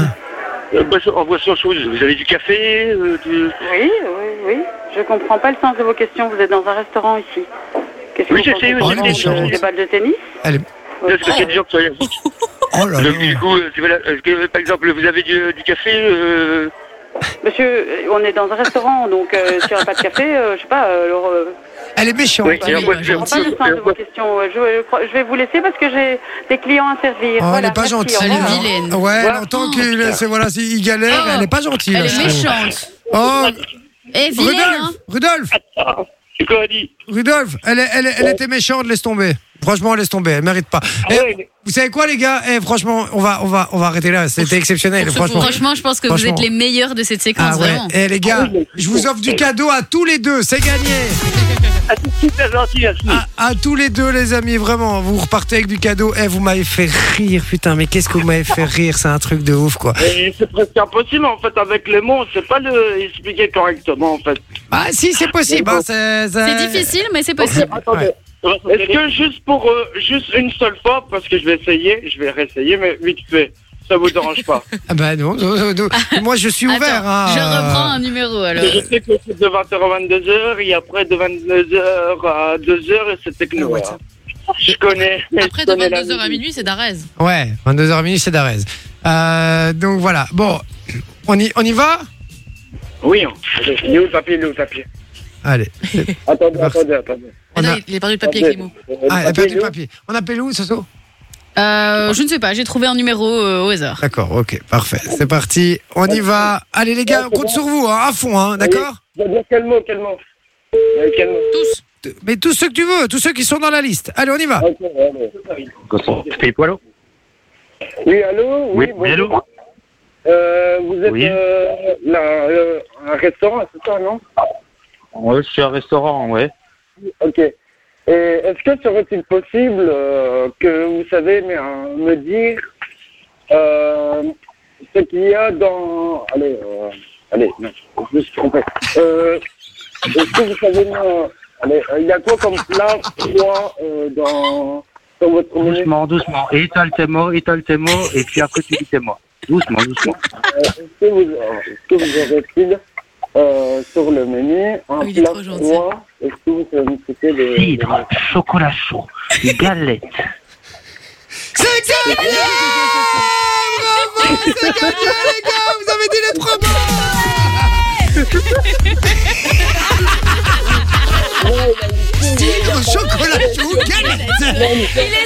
[SPEAKER 6] Euh, boisson- En boisson chaude, vous avez du café euh, du...
[SPEAKER 9] Oui, oui, oui. Je comprends pas le sens de vos questions. Vous êtes dans un restaurant ici. Qu'est-ce
[SPEAKER 6] Oui,
[SPEAKER 9] que vous
[SPEAKER 6] j'essaie,
[SPEAKER 9] pensez
[SPEAKER 6] oui,
[SPEAKER 9] qu'on
[SPEAKER 1] elle est
[SPEAKER 9] vend de-
[SPEAKER 1] méchante.
[SPEAKER 9] Des balles de tennis
[SPEAKER 1] Elle est-
[SPEAKER 6] Parce que c'est des gens qui sont allergiques.
[SPEAKER 1] Oh là
[SPEAKER 6] Donc, du
[SPEAKER 1] là.
[SPEAKER 6] coup, euh, c'est voilà, est-ce que, par exemple, vous avez du, du café euh,
[SPEAKER 9] Monsieur, euh, on est dans un restaurant, donc euh, s'il n'y aura pas de café, euh, je sais pas, euh, alors... euh,
[SPEAKER 1] Elle est méchante.
[SPEAKER 6] Oui, et en
[SPEAKER 4] oui,
[SPEAKER 6] boisson-
[SPEAKER 9] je comprends pas le
[SPEAKER 6] et
[SPEAKER 9] sens
[SPEAKER 6] en
[SPEAKER 9] de vos
[SPEAKER 6] boisson-
[SPEAKER 9] questions. euh, Je, je crois- je vais vous laisser parce que j'ai des clients à servir.
[SPEAKER 1] Oh, elle
[SPEAKER 9] Voilà,
[SPEAKER 1] est pas
[SPEAKER 9] merci,
[SPEAKER 1] gentille.
[SPEAKER 9] au
[SPEAKER 4] Elle est
[SPEAKER 9] revoir.
[SPEAKER 4] vilaine.
[SPEAKER 1] Ouais, elle
[SPEAKER 6] Voilà.
[SPEAKER 1] entend qu'il c'est- voilà, c'est- il galère,
[SPEAKER 4] Oh.
[SPEAKER 1] elle est pas gentille.
[SPEAKER 4] Elle
[SPEAKER 1] là,
[SPEAKER 4] est
[SPEAKER 1] c'est-
[SPEAKER 4] méchante.
[SPEAKER 1] Oh,
[SPEAKER 4] Eh, vilaine, hein
[SPEAKER 1] Rudolf, Rudolf,
[SPEAKER 6] C'est quoi, Annie
[SPEAKER 1] Rudolf, elle, est- elle, est- elle était méchante, laisse tomber. Franchement, laisse tomber, elle mérite pas. Eh,
[SPEAKER 6] ouais, mais-
[SPEAKER 1] Vous savez quoi, les gars Eh, Franchement, on va, on va, on va arrêter là. C'était exceptionnel,
[SPEAKER 5] pour se
[SPEAKER 1] franchement.
[SPEAKER 4] Franchement, je pense que vous
[SPEAKER 1] Franchement.
[SPEAKER 4] êtes les meilleurs de cette séquence,
[SPEAKER 1] Ah ouais.
[SPEAKER 4] vraiment.
[SPEAKER 1] Eh les gars,
[SPEAKER 6] oui, mais-
[SPEAKER 1] je vous offre du cadeau à tous les deux, c'est gagné.
[SPEAKER 6] Ah, c'est super gentil, merci.
[SPEAKER 1] À, à tous les deux les amis, vraiment, vous repartez avec du cadeau. Eh vous m'avez fait rire, putain, mais qu'est-ce que vous m'avez fait rire, c'est un truc de ouf quoi.
[SPEAKER 6] Et C'est presque impossible, en fait, avec les mots, on sait pas le expliquer correctement, en fait.
[SPEAKER 1] Ah si, c'est possible. hein, c'est
[SPEAKER 4] C'est
[SPEAKER 1] c'est-
[SPEAKER 4] difficile, mais c'est possible.
[SPEAKER 1] Ouais.
[SPEAKER 6] Est-ce que juste pour euh, juste une seule fois, parce que je vais essayer, je vais réessayer, mais vite fait, ça vous dérange pas.
[SPEAKER 5] Euh.
[SPEAKER 1] Ah bah non, non, non, non. moi je suis
[SPEAKER 4] Ah. Attends,
[SPEAKER 1] ouvert. hein.
[SPEAKER 4] je reprends un numéro
[SPEAKER 5] Euh,
[SPEAKER 4] alors.
[SPEAKER 6] je sais que c'est de 20h à 22h, et après de 22h à 2h, et c'est techno.
[SPEAKER 1] Ouais,
[SPEAKER 6] voilà. Je connais.
[SPEAKER 5] Après,
[SPEAKER 6] je
[SPEAKER 5] de
[SPEAKER 6] connais la
[SPEAKER 5] 22h à
[SPEAKER 6] musique.
[SPEAKER 5] minuit, c'est d'Arez.
[SPEAKER 1] Ouais, 22h30, c'est d'Arez. Euh, donc voilà, bon, on y, on y va
[SPEAKER 6] Oui, hein. Attends, il est où le papier, il est où le papier
[SPEAKER 1] Allez. c'est-
[SPEAKER 6] Attendez,
[SPEAKER 1] Merci.
[SPEAKER 6] attendez, attendez.
[SPEAKER 1] On a,
[SPEAKER 5] Non, il est perdu le papier avec les mots.
[SPEAKER 6] Attendez.
[SPEAKER 1] ah, elle a
[SPEAKER 6] Le papier,
[SPEAKER 1] perdu
[SPEAKER 6] il est
[SPEAKER 1] le
[SPEAKER 6] où
[SPEAKER 1] papier. On appelle où, Soso
[SPEAKER 4] Euh, je ne sais pas, j'ai trouvé un numéro euh, au hasard.
[SPEAKER 1] D'accord, ok, parfait. C'est parti, on y va. Allez les gars, on compte sur vous, hein, à fond, hein, d'accord
[SPEAKER 6] Je veux dire Quel mot, quel mot Euh, Quel mot
[SPEAKER 5] Tous.
[SPEAKER 1] Mais tous ceux que tu veux, tous ceux qui sont dans la liste. Allez, on y va.
[SPEAKER 6] Ok, allez.
[SPEAKER 7] Philippe Poilot
[SPEAKER 6] Oui, allô
[SPEAKER 7] Oui,
[SPEAKER 6] bonjour.
[SPEAKER 7] oui, allô
[SPEAKER 6] Euh, vous êtes
[SPEAKER 7] Oui.
[SPEAKER 6] euh, là, euh, un restaurant, c'est ça, non
[SPEAKER 7] Ouais, Je suis à un restaurant, ouais.
[SPEAKER 6] Ok. Et est-ce que serait-il possible euh, que vous savez mais, euh, me dire euh, ce qu'il y a dans... Allez, euh, allez, non, je me suis trompé. Euh, est-ce que vous savez... me- allez, euh, il y a quoi comme plat froid euh, dans, dans votre menu
[SPEAKER 7] Doucement, doucement. Étale tes mots, étale tes mots, et puis après tu dis tes mots. Doucement, doucement.
[SPEAKER 6] Est-ce que vous, euh, est-ce que vous aurez-il euh, sur le menu un
[SPEAKER 5] Oh, il est
[SPEAKER 6] plat
[SPEAKER 5] trop gentil.
[SPEAKER 6] froid Est-ce que vous savez me citer des...
[SPEAKER 7] Cidre, chocolat chaud, galette.
[SPEAKER 1] C'est gagné Bravo, c'est gagné, les gars Vous avez dit les trois mots Cidre, chocolat chaud, galette
[SPEAKER 4] Il a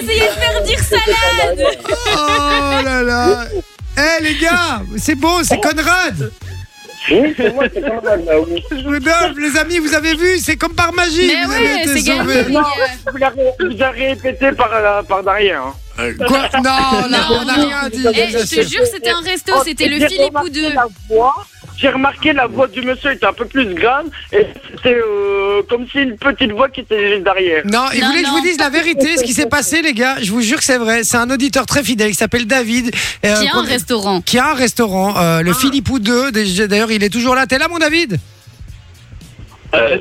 [SPEAKER 4] essayé de faire dire ça
[SPEAKER 1] Oh là là Eh les gars, c'est bon, c'est Conrad
[SPEAKER 6] Oui, c'est moi, c'est quand même là, oui.
[SPEAKER 1] Rudolf, les amis, vous avez vu, c'est comme par magie
[SPEAKER 4] Mais
[SPEAKER 1] vous
[SPEAKER 4] ouais,
[SPEAKER 1] avez été
[SPEAKER 4] c'est gagné.
[SPEAKER 1] sauvés.
[SPEAKER 4] les gars.
[SPEAKER 6] Ah, Vous l'avez- vous avez répété par, la- par derrière. hein.
[SPEAKER 1] Quoi Non, on n'a
[SPEAKER 4] Non,
[SPEAKER 1] on n'a
[SPEAKER 4] non.
[SPEAKER 1] rien dit
[SPEAKER 4] Eh, je te jure, c'était un
[SPEAKER 6] Oh,
[SPEAKER 4] resto, c'était le
[SPEAKER 6] J'ai
[SPEAKER 4] Philippou
[SPEAKER 6] remarqué
[SPEAKER 4] 2.
[SPEAKER 6] la voix- J'ai remarqué la voix du monsieur était un peu plus grave et c'était euh, comme si une petite voix qui était juste derrière.
[SPEAKER 1] Non, il
[SPEAKER 4] Non,
[SPEAKER 1] voulait que je
[SPEAKER 4] non.
[SPEAKER 1] vous dise la vérité, ce qui s'est passé, les gars. Je vous jure que c'est vrai. C'est un auditeur très fidèle qui s'appelle David. euh,
[SPEAKER 4] Qui a
[SPEAKER 1] qu'on-
[SPEAKER 4] un Ah. restaurant.
[SPEAKER 1] qui a un restaurant, euh, le Philippou 2. Déjà- D'ailleurs, il est toujours là. T'es là, mon David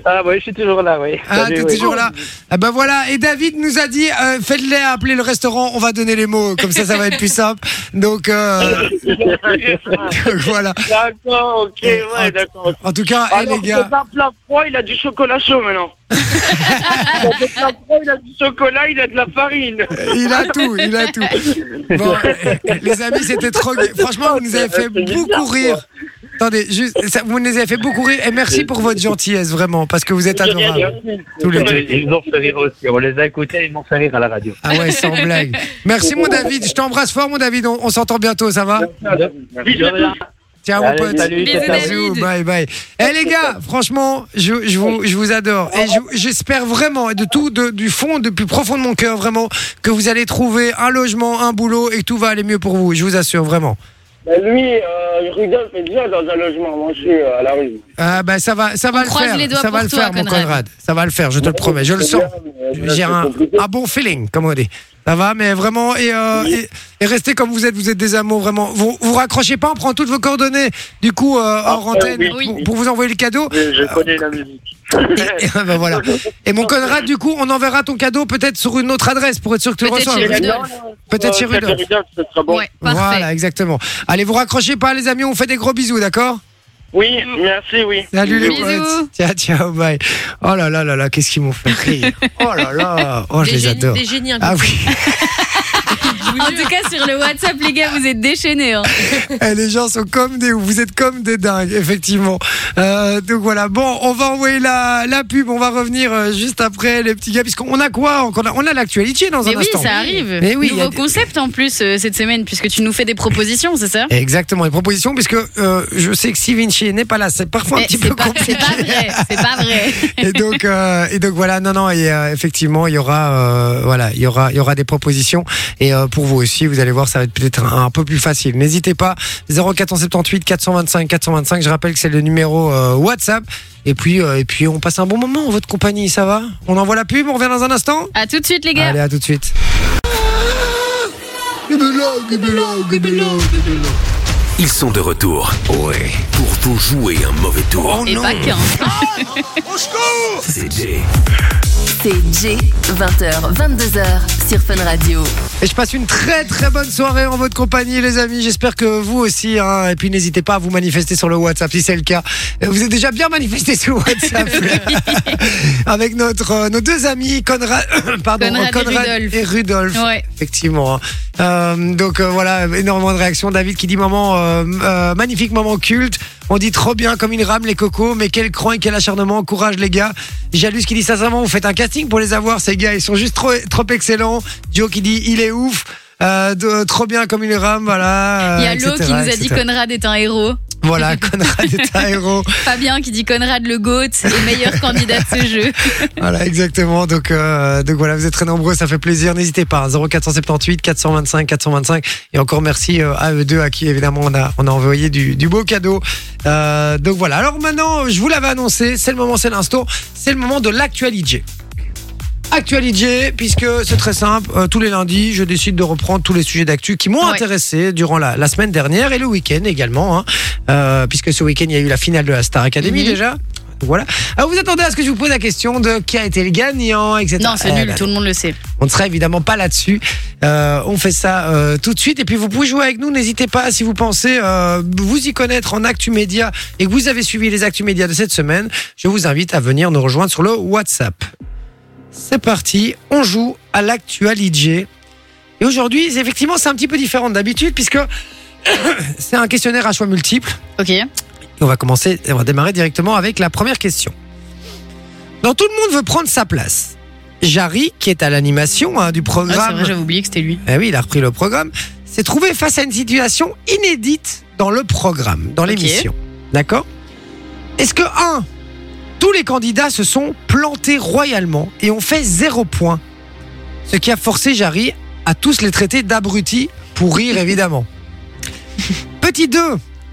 [SPEAKER 7] ah ouais, je suis toujours là, oui.
[SPEAKER 1] Ah, t'es toujours là. Ah ben voilà. Et David nous a dit, euh, faites-les appeler le restaurant. On va donner les mots. Comme ça, ça va être plus simple. Donc, euh, donc voilà.
[SPEAKER 6] D'accord, ok, ouais, d'accord.
[SPEAKER 1] En tout cas, eh,
[SPEAKER 6] Alors,
[SPEAKER 1] Ah, les gars.
[SPEAKER 6] c'est un plat froid, il a du chocolat chaud maintenant. C'est un plat froid, il a du chocolat, il a de la farine.
[SPEAKER 1] Il a tout, il a tout. Bon, eh, les amis, c'était trop. gai. Franchement, vous nous avez fait
[SPEAKER 6] C'est bizarre,
[SPEAKER 1] beaucoup rire. Attendez, juste, ça- vous nous avez fait beaucoup rire et merci pour votre gentillesse, vraiment, parce que vous êtes adorables. Tous les deux.
[SPEAKER 7] Ils nous ont fait rire aussi. On les a écoutés, ils m'ont fait rire à la radio.
[SPEAKER 1] Ah ouais, sans blague. Merci, mon David. Je t'embrasse fort, mon David. On, on s'entend bientôt, ça va
[SPEAKER 6] Bisous à tous.
[SPEAKER 1] Ciao, mon
[SPEAKER 7] Allez,
[SPEAKER 1] pote.
[SPEAKER 7] salut,
[SPEAKER 5] Bisous, ciao, ciao.
[SPEAKER 1] Bisous,
[SPEAKER 5] David.
[SPEAKER 1] bye, bye. Eh, les gars, franchement, je, je vous, je vous adore. Et je- j'espère vraiment, et de tout, de- du fond, du plus profond de mon cœur, vraiment, que vous allez trouver un logement, un boulot et que tout va aller mieux pour vous. Je vous assure, vraiment.
[SPEAKER 6] Ben, lui, euh, Rudolf est déjà dans un logement. Moi, je suis euh, à la rue.
[SPEAKER 1] Ah, bah, ça va, ça va le
[SPEAKER 4] croise
[SPEAKER 1] faire.
[SPEAKER 4] les doigts
[SPEAKER 1] ça va
[SPEAKER 4] pour
[SPEAKER 1] le
[SPEAKER 4] toi,
[SPEAKER 1] faire, mon
[SPEAKER 4] Conrad.
[SPEAKER 1] Conrad. Ça va le faire, je te le promets. Je le
[SPEAKER 6] C'est
[SPEAKER 1] sens.
[SPEAKER 6] bien, mais, euh,
[SPEAKER 1] J'ai
[SPEAKER 6] c'est
[SPEAKER 1] un,
[SPEAKER 6] compliqué.
[SPEAKER 1] un bon feeling, comme on dit. Ça va, mais vraiment, et, euh, et, et restez comme vous êtes, vous êtes des amours, vraiment. Vous vous raccrochez pas, on prend toutes vos coordonnées, du coup, euh, hors
[SPEAKER 6] Ah,
[SPEAKER 1] antenne,
[SPEAKER 6] oui,
[SPEAKER 4] oui.
[SPEAKER 1] pour, pour vous envoyer le cadeau.
[SPEAKER 6] Je, je connais la musique.
[SPEAKER 1] Et, ben voilà. et mon Conrad, du coup, on enverra ton cadeau peut-être sur une autre adresse pour être sûr que tu le
[SPEAKER 4] Peut-être
[SPEAKER 1] reçois.
[SPEAKER 4] chez
[SPEAKER 1] parce que-
[SPEAKER 4] Rudolf.
[SPEAKER 1] Peut-être chez
[SPEAKER 6] Euh,
[SPEAKER 1] Rudolf.
[SPEAKER 6] Rudolf, ce sera bon.
[SPEAKER 4] Ouais, parfait.
[SPEAKER 1] Voilà, exactement. Allez, vous raccrochez pas, les amis, on fait des gros bisous, d'accord
[SPEAKER 6] Oui, merci, oui.
[SPEAKER 1] Salut les
[SPEAKER 4] Bisous.
[SPEAKER 1] potes. Ciao, ciao, bye. Oh là là là là, qu'est-ce qu'ils m'ont fait rire. Oh là là, oh, je
[SPEAKER 5] des,
[SPEAKER 1] les
[SPEAKER 5] génies,
[SPEAKER 1] adore.
[SPEAKER 5] des génies, hein,
[SPEAKER 1] Ah oui.
[SPEAKER 4] En tout cas, sur le WhatsApp, les gars, vous êtes déchaînés. hein.
[SPEAKER 1] Eh, les gens sont comme des vous êtes comme des dingues, effectivement. Euh, donc voilà, bon, on va envoyer la, la pub, on va revenir euh, juste après les petits gars, puisqu'on a quoi encore On a l'actualité dans
[SPEAKER 4] Mais
[SPEAKER 1] un
[SPEAKER 4] oui,
[SPEAKER 1] instant.
[SPEAKER 4] ça arrive.
[SPEAKER 1] Mais oui, il y a
[SPEAKER 4] Nouveau
[SPEAKER 1] des-
[SPEAKER 4] concept en plus euh, cette semaine, puisque tu nous fais des propositions, c'est ça
[SPEAKER 1] Exactement, les propositions, puisque euh, je sais que si Vinci n'est pas là, c'est parfois un
[SPEAKER 4] Eh,
[SPEAKER 1] petit
[SPEAKER 4] C'est
[SPEAKER 1] peu
[SPEAKER 4] pas,
[SPEAKER 1] compliqué.
[SPEAKER 4] c'est pas vrai, c'est pas vrai.
[SPEAKER 1] Et donc, euh, et donc voilà, non, non, et euh, effectivement, il y aura, euh, voilà, il y aura, il y aura des propositions. Et euh, pour vous aussi, vous allez voir, ça va être peut-être un, un peu plus facile. N'hésitez pas, 0478 425 425. Je rappelle que c'est le numéro euh, WhatsApp. Et puis, euh, et puis, on passe un bon moment en votre compagnie, ça va On envoie la pub, on revient dans un instant.
[SPEAKER 4] À tout de suite, les gars.
[SPEAKER 1] Allez, à tout de suite.
[SPEAKER 2] Ils sont de retour. Ouais. Pour vous jouer un mauvais tour.
[SPEAKER 4] Et pas qu'un.
[SPEAKER 2] C'est Jay.
[SPEAKER 10] C'est J, 20h, 22h sur Fun Radio.
[SPEAKER 1] Et je passe une très très bonne soirée en votre compagnie, les amis. J'espère que vous aussi. hein. Et puis n'hésitez pas à vous manifester sur le WhatsApp si c'est le cas. Euh, Vous êtes déjà bien manifesté sur le WhatsApp avec notre euh, nos deux amis Conrad, pardon,
[SPEAKER 4] Conrad et Rudolf.
[SPEAKER 1] et Rudolf.
[SPEAKER 4] Ouais.
[SPEAKER 1] Effectivement. hein. Euh, donc euh, voilà, énormément de réactions. David qui dit maman, euh, euh, magnifique moment culte. On dit trop bien comme une rame les cocos, mais quel cran et quel acharnement. Courage les gars. Jalus qui dit sincèrement, vous faites un casting pour les avoir ces gars, ils sont juste trop, trop excellents. Joe qui dit il est ouf. Euh, de- trop bien comme une rame, voilà. euh,
[SPEAKER 4] Il y a
[SPEAKER 1] etc.,
[SPEAKER 4] Lo qui nous a dit
[SPEAKER 1] etc..
[SPEAKER 4] Conrad est un héros.
[SPEAKER 1] Voilà, Conrad est un héros.
[SPEAKER 4] Fabien qui dit Conrad le GOAT est meilleur candidat de ce jeu.
[SPEAKER 1] Voilà, exactement. Donc, euh, donc voilà, vous êtes très nombreux, ça fait plaisir. N'hésitez pas, hein, 0478 425 425. Et encore merci euh, à eux deux à qui évidemment on a, on a envoyé du, du beau cadeau. Euh, donc voilà. Alors maintenant, je vous l'avais annoncé, c'est le moment, c'est l'instant, c'est le moment de l'actualité. Actualité, puisque c'est très simple, euh, tous les lundis, je décide de reprendre tous les sujets d'actu qui m'ont
[SPEAKER 4] Ouais.
[SPEAKER 1] intéressé durant la, la semaine dernière et le week-end également, hein. Euh, puisque ce week-end, il y a eu la finale de la Star Academy
[SPEAKER 4] Mhm.
[SPEAKER 1] déjà. Donc Voilà. Alors vous attendez à ce que je vous pose la question de qui a été le gagnant, etc.
[SPEAKER 4] Non, c'est
[SPEAKER 1] Eh
[SPEAKER 4] nul,
[SPEAKER 1] ben,
[SPEAKER 4] tout le monde le sait.
[SPEAKER 1] On ne sera évidemment pas là-dessus. Euh, on fait ça euh, tout de suite. Et puis vous pouvez jouer avec nous. N'hésitez pas si vous pensez euh, vous y connaître en Actu Média et que vous avez suivi les Actu Média de cette semaine. Je vous invite à venir nous rejoindre sur le WhatsApp. C'est parti. On joue à l'actualité. Et aujourd'hui, c'est- effectivement, c'est un petit peu différent d'habitude puisque c'est un questionnaire à choix multiples.
[SPEAKER 4] Ok.
[SPEAKER 1] Et on va commencer, on va démarrer directement avec la première question. Dans Tout le monde veut prendre sa place. Jarry, qui est à l'animation hein, du
[SPEAKER 4] Ah, c'est
[SPEAKER 1] programme,
[SPEAKER 4] vrai, j'avais oublié que c'était lui.
[SPEAKER 1] Eh oui, il a repris le programme, s'est trouvé face à une situation inédite dans le programme, dans l'émission. D'accord Est-ce que, un, tous les candidats se sont plantés royalement et ont fait zéro point Ce qui a forcé Jarry à tous les traiter d'abrutis pour rire, évidemment. Petit 2,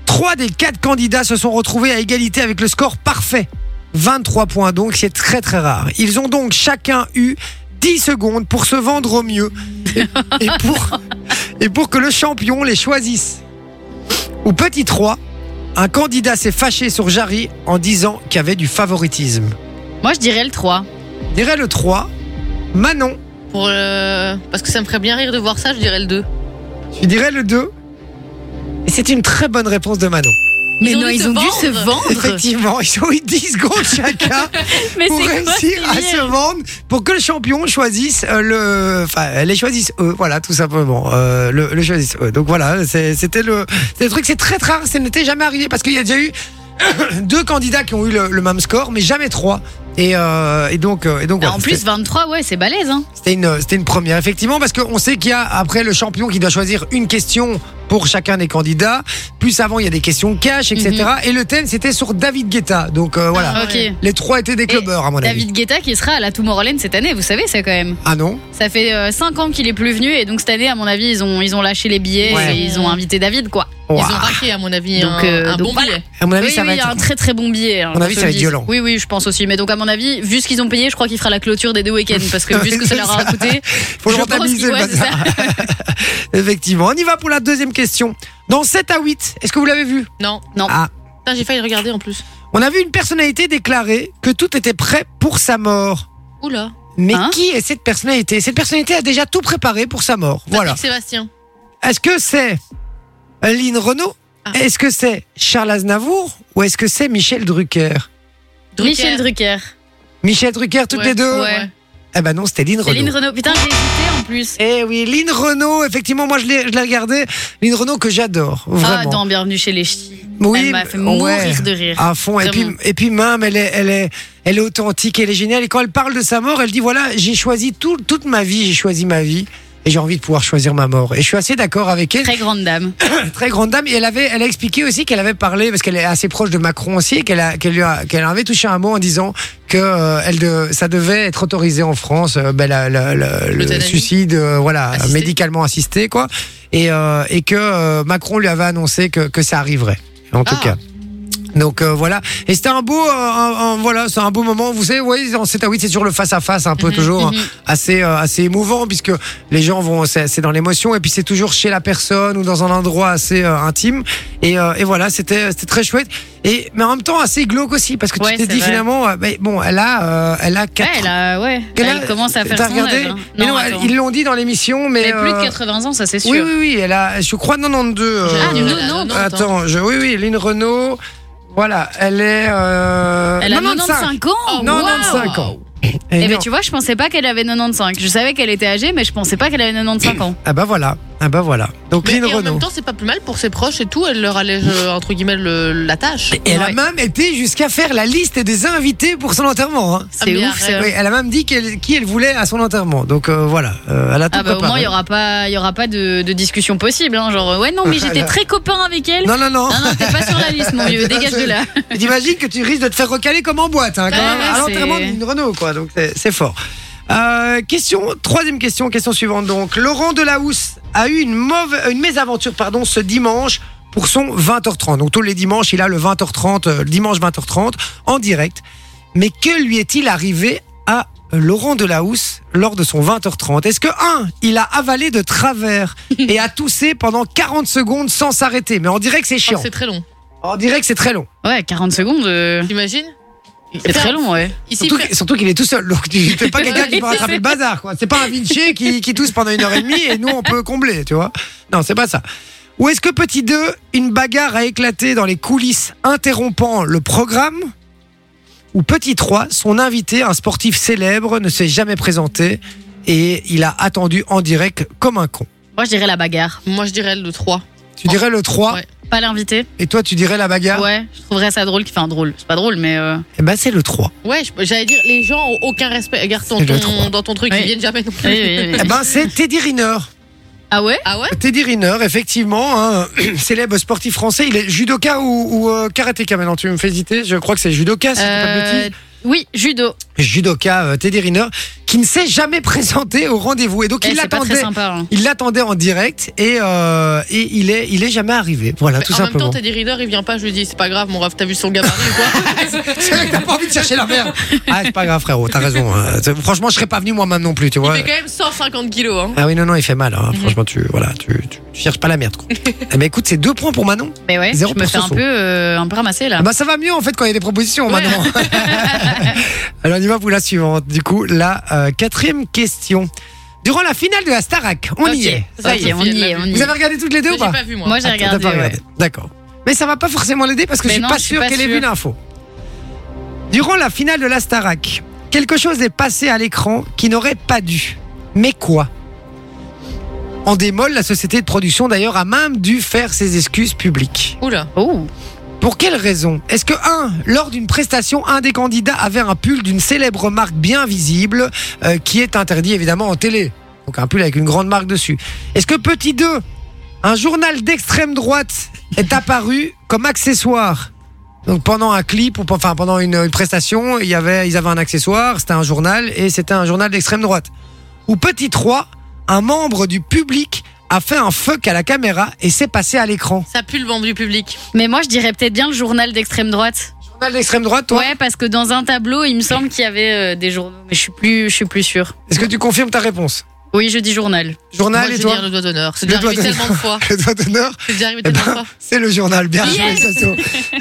[SPEAKER 1] trois des quatre candidats se sont retrouvés à égalité avec le score parfait. 23 points donc, c'est très très rare. Ils ont donc chacun eu 10 secondes pour se vendre au mieux et pour, et pour que le champion les choisisse. Ou petit 3, un candidat s'est fâché sur Jarry en disant qu'il y avait du favoritisme.
[SPEAKER 4] Moi, je dirais le 3.
[SPEAKER 1] Je dirais le 3, Manon.
[SPEAKER 5] Pour le- Parce que ça me ferait bien rire de voir ça, je dirais le 2.
[SPEAKER 1] Je dirais le 2. Et c'est une très bonne réponse de Manon.
[SPEAKER 4] Mais
[SPEAKER 5] Ils ont
[SPEAKER 4] non,
[SPEAKER 5] dû
[SPEAKER 4] ils
[SPEAKER 5] se
[SPEAKER 4] ont dû se vendre.
[SPEAKER 1] Effectivement, ils ont eu 10 secondes chacun
[SPEAKER 4] Mais
[SPEAKER 1] pour
[SPEAKER 4] c'est quoi ce
[SPEAKER 1] réussir à
[SPEAKER 4] délire
[SPEAKER 1] se vendre, pour que le champion choisisse euh, le, enfin les choisissent eux, voilà tout simplement, euh, le, le choisissent eux. Donc voilà, c'est- c'était le, c'est le truc, c'est très très rare, ça n'était jamais arrivé parce qu'il y a déjà eu deux candidats qui ont eu le, le même score, mais jamais trois. Et, euh, et donc, euh, et donc
[SPEAKER 4] Ah,
[SPEAKER 1] voilà,
[SPEAKER 4] en plus, 23, ouais, c'est balèze. Hein.
[SPEAKER 1] c'était une, c'était une première, effectivement, parce qu'on sait qu'il y a après le champion qui doit choisir une question pour chacun des candidats. Plus avant, il y a des questions cash, etc.
[SPEAKER 4] Mhm.
[SPEAKER 1] Et le thème, c'était sur David Guetta. Donc euh, voilà.
[SPEAKER 4] Ok.
[SPEAKER 1] Les trois étaient des clubbers, à mon avis.
[SPEAKER 4] Ah, David Guetta qui sera à la Tomorrowland cette année, vous savez ça quand même.
[SPEAKER 1] Ah non
[SPEAKER 4] Ça fait 5 ans qu'il est plus venu et donc cette année, à mon avis, ils ont, ils ont lâché les billets
[SPEAKER 1] Ouais.
[SPEAKER 4] et ils ont invité David quoi.
[SPEAKER 5] Ils ont
[SPEAKER 1] Ouah.
[SPEAKER 5] raqué, à mon avis,
[SPEAKER 4] Donc,
[SPEAKER 5] un,
[SPEAKER 4] euh,
[SPEAKER 5] un
[SPEAKER 4] donc
[SPEAKER 5] bon
[SPEAKER 4] voilà.
[SPEAKER 5] billet.
[SPEAKER 1] À mon avis,
[SPEAKER 4] oui,
[SPEAKER 1] ça
[SPEAKER 4] oui,
[SPEAKER 1] va
[SPEAKER 4] il y
[SPEAKER 1] être.
[SPEAKER 4] a un très très bon billet. hein,
[SPEAKER 1] À mon avis,
[SPEAKER 4] je
[SPEAKER 1] ça va
[SPEAKER 4] le
[SPEAKER 1] être
[SPEAKER 4] dis.
[SPEAKER 1] violent.
[SPEAKER 4] Oui, oui, je pense aussi. Mais donc, à mon avis, vu ce qu'ils ont payé, je crois qu'il fera la clôture des deux week-ends. Parce que vu ce que ça leur a coûté,
[SPEAKER 1] Faut le
[SPEAKER 4] je pense
[SPEAKER 1] rentabiliser,
[SPEAKER 4] qu'il-
[SPEAKER 1] le
[SPEAKER 4] ouais, c'est ça.
[SPEAKER 1] bazar. Effectivement. On y va pour la deuxième question. Dans 7 à 8, est-ce que vous l'avez vu
[SPEAKER 5] Non.
[SPEAKER 4] Non.
[SPEAKER 1] Ah.
[SPEAKER 5] Putain, j'ai failli le regarder en plus.
[SPEAKER 1] On a vu une personnalité déclarer que tout était prêt pour sa mort.
[SPEAKER 5] Oula.
[SPEAKER 1] Mais
[SPEAKER 4] Hein
[SPEAKER 1] qui est cette personnalité Cette personnalité a déjà tout préparé pour sa mort. Voilà.
[SPEAKER 5] Patrick Sébastien.
[SPEAKER 1] Est-ce que c'est Lynn Renault
[SPEAKER 5] Ah.
[SPEAKER 1] Est-ce que c'est Charles Aznavour Ou est-ce que c'est Michel Drucker
[SPEAKER 4] Michel Drucker.
[SPEAKER 1] Michel Drucker, toutes
[SPEAKER 5] Ouais.
[SPEAKER 1] les deux
[SPEAKER 4] Ouais.
[SPEAKER 1] Eh ben non, c'était Lynn Renault.
[SPEAKER 4] Céline Renaud. Putain, j'ai hésité en plus.
[SPEAKER 1] Eh oui, Lynn Renault, effectivement, moi je l'ai je l'ai regardée. Lynn Renault que j'adore,
[SPEAKER 4] Ah,
[SPEAKER 1] vraiment.
[SPEAKER 4] dans Bienvenue chez les Ch'tis.
[SPEAKER 1] oui,
[SPEAKER 4] Elle m'a fait
[SPEAKER 1] ouais.
[SPEAKER 4] mourir de rire.
[SPEAKER 1] À fond. Et puis,
[SPEAKER 4] Vraiment.
[SPEAKER 1] et puis même, elle est, elle, est, elle est authentique, elle est géniale. Et quand elle parle de sa mort, elle dit voilà, j'ai choisi tout- toute ma vie, j'ai choisi ma vie. Et j'ai envie de pouvoir choisir ma mort. Et je suis assez d'accord avec elle.
[SPEAKER 4] Très grande dame.
[SPEAKER 1] Très grande dame. Et elle avait, elle a expliqué aussi qu'elle avait parlé parce qu'elle est assez proche de Macron aussi, et qu'elle a, qu'elle lui a, qu'elle avait touché un mot en disant que euh, elle de, ça devait être autorisé en France, euh, ben, la- la- la- le
[SPEAKER 5] L'euthanasie.
[SPEAKER 1] suicide, euh, voilà,
[SPEAKER 5] Assisté.
[SPEAKER 1] médicalement assisté, quoi. Et, euh, et que euh, Macron lui avait annoncé que, que ça arriverait, en tout
[SPEAKER 5] Ah.
[SPEAKER 1] cas. Donc euh, voilà, et c'était un beau, euh, un- un- voilà, c'est un beau moment. Vous savez, vous voyez, en 7 à 8, ah c'est toujours le face à face, un
[SPEAKER 5] Mhm,
[SPEAKER 1] peu toujours hein, assez, euh, assez émouvant puisque les gens vont, c'est c'est dans l'émotion et puis c'est toujours chez la personne ou dans un endroit assez euh, intime. Et, euh, et voilà, c'était, c'était très chouette. Et mais en même temps assez glauque aussi parce que
[SPEAKER 4] Ouais,
[SPEAKER 1] tu t'es
[SPEAKER 4] c'est
[SPEAKER 1] dit
[SPEAKER 4] vrai.
[SPEAKER 1] finalement, euh, mais bon, elle a, euh, elle a
[SPEAKER 4] Ouais,
[SPEAKER 1] quatre.
[SPEAKER 4] elle a- ouais.
[SPEAKER 1] Elle a-
[SPEAKER 4] Elle commence à faire
[SPEAKER 1] t'as
[SPEAKER 4] son
[SPEAKER 1] regardé
[SPEAKER 4] âge, hein.
[SPEAKER 1] Mais
[SPEAKER 4] Non,
[SPEAKER 1] non,
[SPEAKER 4] attends.
[SPEAKER 1] ils l'ont dit dans l'émission, mais.
[SPEAKER 4] Elle a plus de
[SPEAKER 1] euh,
[SPEAKER 4] 80 ans, ça c'est sûr.
[SPEAKER 1] oui, oui, oui, elle a, je crois 92. euh,
[SPEAKER 4] Ah, du
[SPEAKER 5] non,
[SPEAKER 4] non, non.
[SPEAKER 1] Attends, je, oui, oui, Lynn Renault. Voilà, elle est. Euh,
[SPEAKER 4] Elle a
[SPEAKER 1] 95.
[SPEAKER 4] 95 ans.
[SPEAKER 1] Non,
[SPEAKER 4] wow.
[SPEAKER 1] 95 ans.
[SPEAKER 4] Eh ben
[SPEAKER 1] Énorme.
[SPEAKER 4] tu vois, je pensais pas qu'elle avait 95. Je savais qu'elle était âgée, mais je pensais pas qu'elle avait 95 ans.
[SPEAKER 1] Ah bah voilà, ah bah voilà. Donc
[SPEAKER 5] Mais,
[SPEAKER 1] Lynn
[SPEAKER 5] et en
[SPEAKER 1] Renault.
[SPEAKER 5] même temps, c'est pas plus mal pour ses proches et tout. Elle leur allège, euh, entre guillemets, le- la tâche.
[SPEAKER 1] Et elle a
[SPEAKER 4] Ouais.
[SPEAKER 1] même été jusqu'à faire la liste des invités pour son enterrement. hein.
[SPEAKER 4] C'est
[SPEAKER 5] mais
[SPEAKER 4] ouf, ça.
[SPEAKER 5] arrête.
[SPEAKER 1] Oui, elle a même dit qu'elle- qui elle voulait à son enterrement. Donc euh, voilà, euh, elle a tout
[SPEAKER 4] Ah bah au
[SPEAKER 1] préparé.
[SPEAKER 4] moins il y aura pas, il y aura pas de, de discussion possible. Hein, genre ouais non mais j'étais très copain avec elle. Non
[SPEAKER 1] Non, non, non.
[SPEAKER 4] non t'es pas sur la liste mon vieux, dégage de là.
[SPEAKER 1] T'imagines que tu risques de te faire recaler comme en boîte, hein, quand
[SPEAKER 4] Ouais,
[SPEAKER 1] même,
[SPEAKER 4] ouais,
[SPEAKER 1] à l'enterrement
[SPEAKER 4] c'est-
[SPEAKER 1] d'une Renault, quoi. Donc c'est c'est fort. Euh, question, troisième question, question suivante. Donc, Laurent Delahousse a eu une mauvaise, une mésaventure, pardon, ce dimanche pour son 20h30. Donc tous les dimanches, il a le 20h30, euh, le dimanche 20h30 en direct. Mais que lui est-il arrivé à Laurent Delahousse lors de son 20h30 Est-ce que 1. Il a avalé de travers et a toussé pendant 40 secondes sans s'arrêter Mais en direct, c'est
[SPEAKER 5] Je
[SPEAKER 1] chiant.
[SPEAKER 5] crois
[SPEAKER 4] Oh,
[SPEAKER 5] que C'est très long.
[SPEAKER 1] En direct, c'est très long.
[SPEAKER 4] Ouais 40 secondes, euh,
[SPEAKER 5] T'imagines
[SPEAKER 4] c'est très long ouais.
[SPEAKER 5] Ici,
[SPEAKER 1] hein. Surtout,
[SPEAKER 5] frère-
[SPEAKER 1] que- surtout qu'il est tout seul, donc tu fais pas quelqu'un qui peut rattraper le bazar, quoi. C'est pas un Vinci qui, qui tousse pendant une heure et demie et nous on peut combler, tu vois. Non, c'est pas ça. Ou est-ce que petit 2, une bagarre a éclaté dans les coulisses interrompant le programme Ou petit 3, son invité, un sportif célèbre, ne s'est jamais présenté et il a attendu en direct comme un con.
[SPEAKER 4] Moi je dirais la bagarre,
[SPEAKER 5] moi, je dirais le 3.
[SPEAKER 1] Tu dirais le 3
[SPEAKER 5] Ouais.
[SPEAKER 4] pas l'invité.
[SPEAKER 1] et toi tu dirais la bagarre
[SPEAKER 4] Ouais, je trouverais ça drôle, enfin drôle, c'est pas drôle mais euh,
[SPEAKER 1] Eh ben c'est le 3.
[SPEAKER 5] Ouais, je- j'allais dire, les gens ont aucun respect. Regarde ton,
[SPEAKER 1] C'est le
[SPEAKER 5] ton-
[SPEAKER 1] trois.
[SPEAKER 5] dans ton truc,
[SPEAKER 4] Oui.
[SPEAKER 5] ils viennent jamais non plus.
[SPEAKER 4] oui, oui, oui.
[SPEAKER 1] Eh ben c'est Teddy Riner.
[SPEAKER 4] ah ouais.
[SPEAKER 5] Ah ouais
[SPEAKER 1] Teddy Riner, effectivement, hein, célèbre sportif français. Il est judoka ou, ou euh, karatéka maintenant Tu me fais hésiter Je crois que c'est judoka, si je dis pas de
[SPEAKER 4] Euh,
[SPEAKER 1] bêtises.
[SPEAKER 4] oui judo. Eh,
[SPEAKER 1] Judoka euh, Teddy Riner, qui ne s'est jamais présenté au rendez-vous. Et donc,
[SPEAKER 4] Eh,
[SPEAKER 1] il
[SPEAKER 4] c'est pas très
[SPEAKER 1] l'attendait.
[SPEAKER 4] sympa. hein.
[SPEAKER 1] Il l'attendait en direct et, euh, et il est il est jamais arrivé. Voilà,
[SPEAKER 5] Mais
[SPEAKER 1] tout
[SPEAKER 5] en
[SPEAKER 1] simplement.
[SPEAKER 5] même temps, Teddy Reader, il vient pas, je lui dis, c'est pas grave, mon ref, t'as vu son gabarit ou quoi
[SPEAKER 1] c'est vrai que t'as pas envie de chercher la merde. Ah, c'est pas grave, frérot, t'as raison. Euh, c'est- franchement, je serais pas venu moi-même non plus, tu vois.
[SPEAKER 5] Il fait quand même 150 kilos, hein.
[SPEAKER 1] Ah oui, non, non, il fait mal. hein. Franchement, tu, voilà, tu, tu, tu cherches pas la merde. Quoi. Eh ben, écoute, c'est deux points pour Manon.
[SPEAKER 4] Mais ouais, je
[SPEAKER 1] Zéro
[SPEAKER 4] me fais un
[SPEAKER 1] pourcent.
[SPEAKER 4] peu, euh, un peu ramasser là.
[SPEAKER 1] Ah bah ça va mieux en fait quand il y a des propositions
[SPEAKER 5] Ouais.
[SPEAKER 1] maintenant. Alors on y va pour la suivante. Du coup, la euh, quatrième question. Durant la finale de la Starac, on y
[SPEAKER 4] Ok,
[SPEAKER 1] est.
[SPEAKER 4] Ça y est, on y est, on y
[SPEAKER 1] Vous
[SPEAKER 4] est.
[SPEAKER 1] avez regardé toutes les deux
[SPEAKER 5] J'ai
[SPEAKER 1] ou pas
[SPEAKER 5] pas vu, moi.
[SPEAKER 4] Moi j'ai
[SPEAKER 1] Attends, t'as
[SPEAKER 4] regardé.
[SPEAKER 1] pas
[SPEAKER 4] ouais.
[SPEAKER 1] regardé. D'accord. Mais ça va pas forcément l'aider parce que
[SPEAKER 4] Mais
[SPEAKER 1] je suis
[SPEAKER 4] non,
[SPEAKER 1] pas
[SPEAKER 4] je suis
[SPEAKER 1] sûr
[SPEAKER 4] pas
[SPEAKER 1] qu'elle ait vu
[SPEAKER 4] sûre.
[SPEAKER 1] l'info. Durant la finale de la Starac, quelque chose est passé à l'écran qui n'aurait pas dû. Mais quoi En démol, la société de production d'ailleurs a même dû faire ses excuses publiques.
[SPEAKER 5] Oula.
[SPEAKER 4] Oh,
[SPEAKER 1] Pour quelle raison Est-ce que 1. Lors d'une prestation, un des candidats avait un pull d'une célèbre marque bien visible euh, qui est interdit évidemment en télé. Donc un pull avec une grande marque dessus. Est-ce que petit 2, Un journal d'extrême droite est apparu comme accessoire. Donc pendant un clip ou pe- enfin pendant une, une prestation, il y avait, ils avaient un accessoire, c'était un journal et c'était un journal d'extrême droite. Ou petit 3, un membre du public a fait un fuck à la caméra et s'est passé à l'écran.
[SPEAKER 5] Ça pue le vendu public.
[SPEAKER 4] Mais moi, je dirais peut-être bien le journal d'extrême droite.
[SPEAKER 1] Journal d'extrême droite, toi
[SPEAKER 4] Ouais, parce que dans un tableau, il me semble qu'il y avait euh, des journaux. Mais je suis plus, je suis plus sûre.
[SPEAKER 1] Est-ce que tu confirmes ta réponse
[SPEAKER 4] Oui, je dis journal.
[SPEAKER 1] Journal
[SPEAKER 5] Moi,
[SPEAKER 1] et
[SPEAKER 5] je
[SPEAKER 1] toi
[SPEAKER 5] vais dire le doigt d'honneur. C'est
[SPEAKER 1] Le
[SPEAKER 5] déjà
[SPEAKER 1] doigt
[SPEAKER 5] arrivé tellement de fois.
[SPEAKER 1] Le doigt d'honneur
[SPEAKER 5] C'est déjà arrivé
[SPEAKER 1] Eh
[SPEAKER 5] tellement de
[SPEAKER 1] ben,
[SPEAKER 5] fois.
[SPEAKER 1] C'est le journal, bien joué,
[SPEAKER 5] Yes
[SPEAKER 1] Sasso.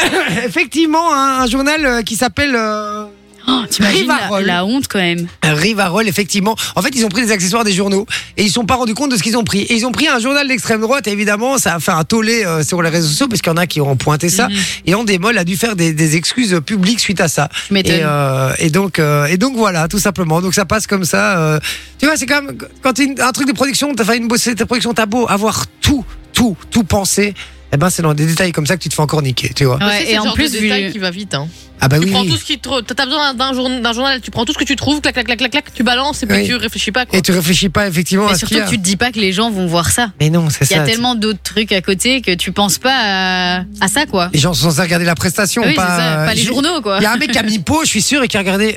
[SPEAKER 1] Effectivement, un, un journal euh, qui s'appelle euh,
[SPEAKER 4] Oh, T'imagines la,
[SPEAKER 1] Rivarol.
[SPEAKER 4] la honte quand même.
[SPEAKER 1] Rivarol, effectivement. En fait, ils ont pris les accessoires des journaux et ils sont pas rendus compte de ce qu'ils ont pris. Et ils ont pris un journal d'extrême droite, et évidemment, ça a fait un tollé euh, sur les réseaux sociaux, parce qu'il y en a qui ont pointé ça.
[SPEAKER 5] Mhm.
[SPEAKER 1] Et Andémol a dû faire des, des excuses euh, publiques suite à ça.
[SPEAKER 4] Je m'étonne.
[SPEAKER 1] Et, euh, et donc, euh, et donc voilà, tout simplement. Donc ça passe comme ça. euh. Tu vois, c'est quand même quand t'es une- un truc de production, t'as fait une bossée, ta production, t'as beau avoir tout, tout, tout pensé. Eh ben, c'est dans des détails comme ça que tu te fais encore niquer, tu vois.
[SPEAKER 5] Tu sais,
[SPEAKER 4] Ouais,
[SPEAKER 5] c'est
[SPEAKER 4] et
[SPEAKER 5] le
[SPEAKER 4] en
[SPEAKER 5] genre
[SPEAKER 4] plus,
[SPEAKER 5] de
[SPEAKER 4] vu-
[SPEAKER 5] détail qui va vite. hein.
[SPEAKER 1] Ah bah
[SPEAKER 5] tu
[SPEAKER 1] oui.
[SPEAKER 5] prends tout ce qui te. T'as besoin d'un jour- d'un journal, tu prends tout ce que tu trouves, clac, clac, clac, clac, clac, tu balances et puis
[SPEAKER 1] Oui.
[SPEAKER 5] tu réfléchis pas. Quoi.
[SPEAKER 1] Et tu réfléchis pas effectivement
[SPEAKER 4] Mais
[SPEAKER 1] à ce
[SPEAKER 4] surtout
[SPEAKER 1] qu'il y a.
[SPEAKER 4] que tu te dis pas que les gens vont voir ça.
[SPEAKER 1] Mais non, c'est
[SPEAKER 4] Il y
[SPEAKER 1] ça.
[SPEAKER 4] a tellement d'autres trucs à côté que tu penses pas à, à ça, quoi.
[SPEAKER 1] Les gens sont censés regarder la prestation,
[SPEAKER 4] Ah oui, c'est
[SPEAKER 1] pas, euh,
[SPEAKER 4] ça, pas les
[SPEAKER 1] J'ai-
[SPEAKER 4] journaux, quoi.
[SPEAKER 1] Il y a un mec qui a mis Pau, je suis sûr, et qui a regardé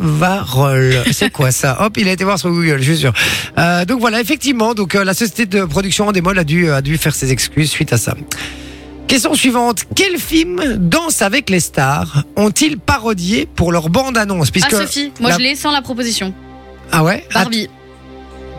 [SPEAKER 1] Rivarol. C'est quoi ça Hop, il a été voir sur Google, je suis sûr. Euh, donc voilà, effectivement, donc euh, la société de production Andemol a dû, a dû faire ses excuses suite à ça. Question suivante. Quel film Danse avec les stars ont-ils parodié pour leur bande-annonce
[SPEAKER 4] Ah,
[SPEAKER 1] puisque
[SPEAKER 4] Sophie, moi
[SPEAKER 1] la-
[SPEAKER 4] je l'ai sans la proposition.
[SPEAKER 1] Ah ouais Ah,
[SPEAKER 4] Barbie.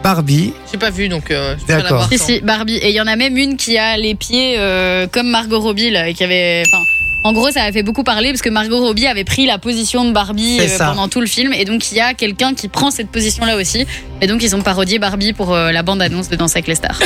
[SPEAKER 1] Barbie.
[SPEAKER 5] J'ai pas vu donc. euh, je peux pas
[SPEAKER 1] D'accord.
[SPEAKER 5] l'avoir,
[SPEAKER 4] Si,
[SPEAKER 5] ça.
[SPEAKER 4] si, Barbie. Et il y en a même une qui a les pieds euh, comme Margot Robbie, là, et qui avait. Enfin, en gros, ça a fait beaucoup parler parce que Margot Robbie avait pris la position de Barbie
[SPEAKER 1] C'est
[SPEAKER 4] euh,
[SPEAKER 1] ça.
[SPEAKER 4] pendant tout le film. Et donc, il y a quelqu'un qui prend cette position-là aussi. Et donc, ils ont parodié Barbie pour euh, la bande-annonce de Danse avec les stars.